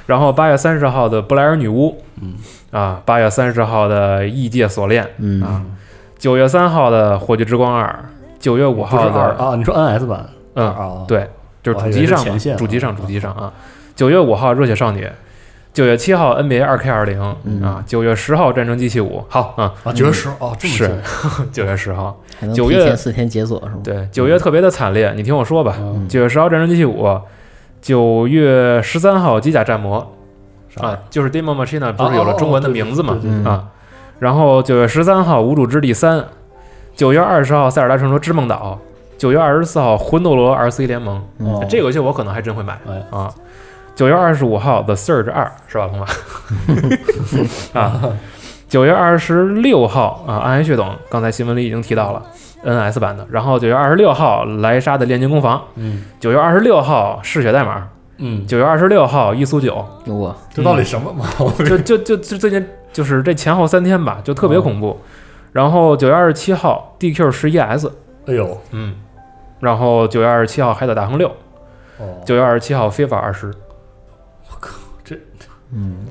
然后八月三十号的布莱尔女巫，嗯，啊，八月三十号的异界锁链，嗯啊，九月三号的火炬之光二，九月五不是号二的，啊？你说 NS 版？二嗯啊，对，就是主我还以为机是上嘛前线，主机上，啊主机上啊，九月五号热血少女。九月七号 NBA 二 K 二零嗯啊，九月十号战争机器五，好啊，啊，九月十哦，这么是近 [laughs] 九月十号，还能提九月前四天解锁是吗？对，九嗯月特别的惨烈，你听我说吧，九月十号战争机器五，九月十三号机甲战魔，啥啊，就是 Demo Machine 不是有了中文的名字嘛哦哦对对对对啊，然后九月十三号《无主之地三》，九月二十号《塞尔达传说之梦岛》，九月二十四号《魂斗罗 RC 联盟》哦这个游戏我可能还真会买哎啊。九月二十五号《The Surge 二》是吧，龙马？ [laughs] [laughs] 啊，九月二十六号啊，《暗黑血统》刚才新闻里已经提到了 NS 版的，然后九月二十六号《莱莎的炼金工坊》，嗯九月二十六号《嗜血代码》，嗯，九月二十六号《一苏九》，我这到底什么毛病？就就就就最近就是这前后三天吧，就特哦别恐怖。然后九月二十七号 DQ 十一 S，哎呦，嗯，然后九月二十七号海岛大亨六，哦，九月二十七号 FIFA 二十，这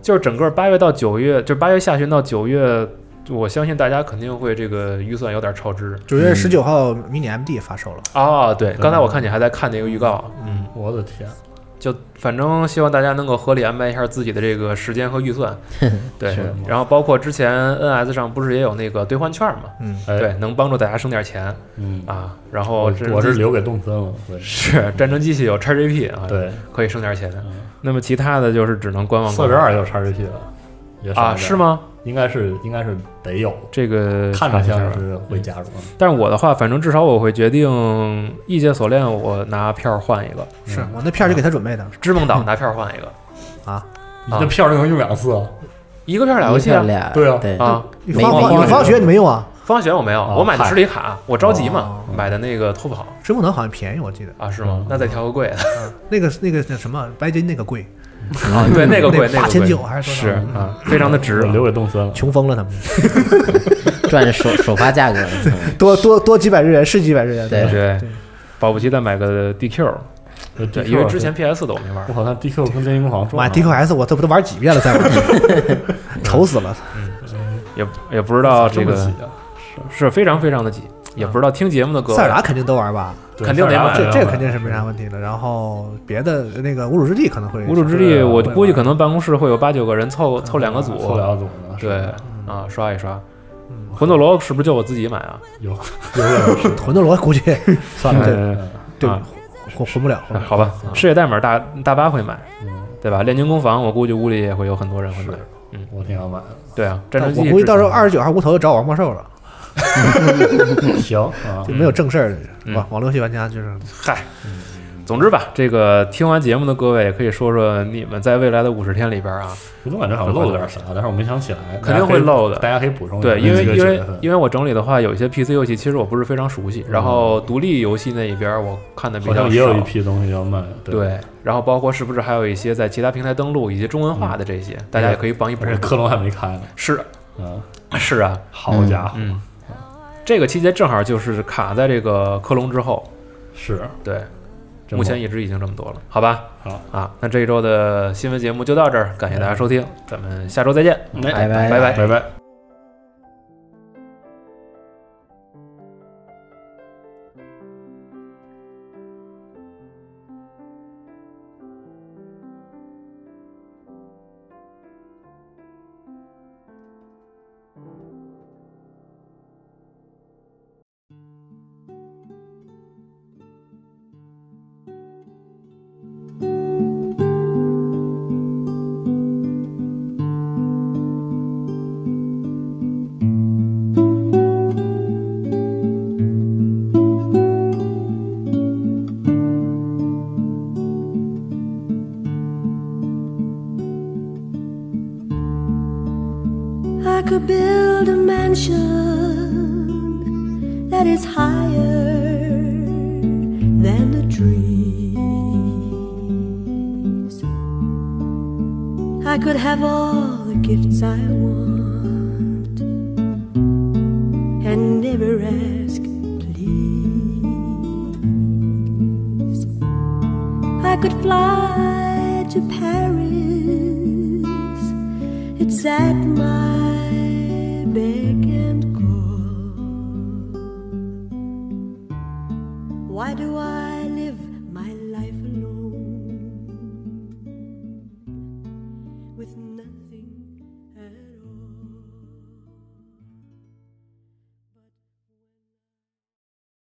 就是整个八月到九月，就是八月下旬到九月，我相信大家肯定会这个预算有点超支。九月十九号迷你 MD 发售了，啊，对，刚才我看你还在看那个预告，嗯，我的天，就反正希望大家能够合理安排一下自己的这个时间和预算，对是，然后包括之前 NS 上不是也有那个兑换券嘛，嗯，哎对，，能帮助大家省点钱，嗯，啊，然后我这我是留给动森了，对是战争机器有 XGP 啊，，对，可以省点钱。那么其他的就是只能观望四观十望二就叉 g p 了，也啊，是？吗？应该是应该是得有，这个看着一下像吧嗯是会加入啊，但是我的话，反正至少我会决定异界锁链，我拿票换一个；是我那片儿就给他准备的织梦 [laughs] 岛拿票换一个，啊，你这票就能用两次啊，一个票俩游戏漂啊亮，对啊对，啊！你没发没你发学你没用啊？方选我没有，啊我买的实体卡，我着急哦嘛，买的那个偷跑追梦岛好像便宜，我记得啊，是吗嗯？那再调个贵的那个那个那什么白金那个贵，啊， [laughs] 对，那个贵，那八个千贵九还是是多少？嗯啊，非常的值我。留给动森了。穷疯了他们，赚首首发价格。嗯 [laughs] 多多多几百日元是几百日元对对，保不齐再买个 DQ，对，因为之前 PS 的我没玩我。好像 DQ 跟电音工坊撞买了 DQS 我这不都玩几遍了再玩， [laughs] 愁死了。也也不知道这这么个挤啊是非常非常的挤，也不知道听节目的各位嗯塞尔达肯定都玩吧，对肯定得塞尔达买对啊这这肯定是没啥问题的。然后别的那个无主之地可能会无主之是地，啊我会嗯估计吧可能办公室会有八九个人凑凑两个组，凑两个组呢，是对啊，刷一刷。嗯魂斗罗是不是就我自己买啊？有有点是魂斗罗估计 [laughs] 算了，对嗯对啊混混不了，混不啊了好吧，世界代码大大巴会买，嗯对吧？炼金工坊，我估计屋里也会有很多人会买。我挺想买的。对啊，战但争机我估计到时候制二十九号无头就找王魔兽了，行 [laughs] 啊就，没有正事儿嗯了。网网络游戏玩家就是嗨，总之吧，这个听完节目的各位也可以说说你们在未来的五十天里边啊，我总感觉好像漏了点啥，但是我没想起来，肯定会漏的大家可以补充一下。对，因为哦这因为个九月份因为我整理的话，有一些 PC 游戏其实我不是非常熟悉，然后独立游戏那一边儿我看的比嗯好较像也有一少。批东西要卖，对，然后包括是不是还有一些在其他平台登录以及中文化的这些，大家也可以帮一补而。且克隆嗯还没开呢，是啊，是啊，好家伙，嗯，这个期间正好就是卡在这个克隆之后，是对，真目火前已知已经这么多了，好吧？好嗯啊，那这一周的新闻节目就到这儿，感谢大家收听，咱们下周再见，哎拜拜拜拜拜。 I could build a mansion that is higher than the trees. I could have all the gifts I want and never ask, please. I could fly to Paris. It's at my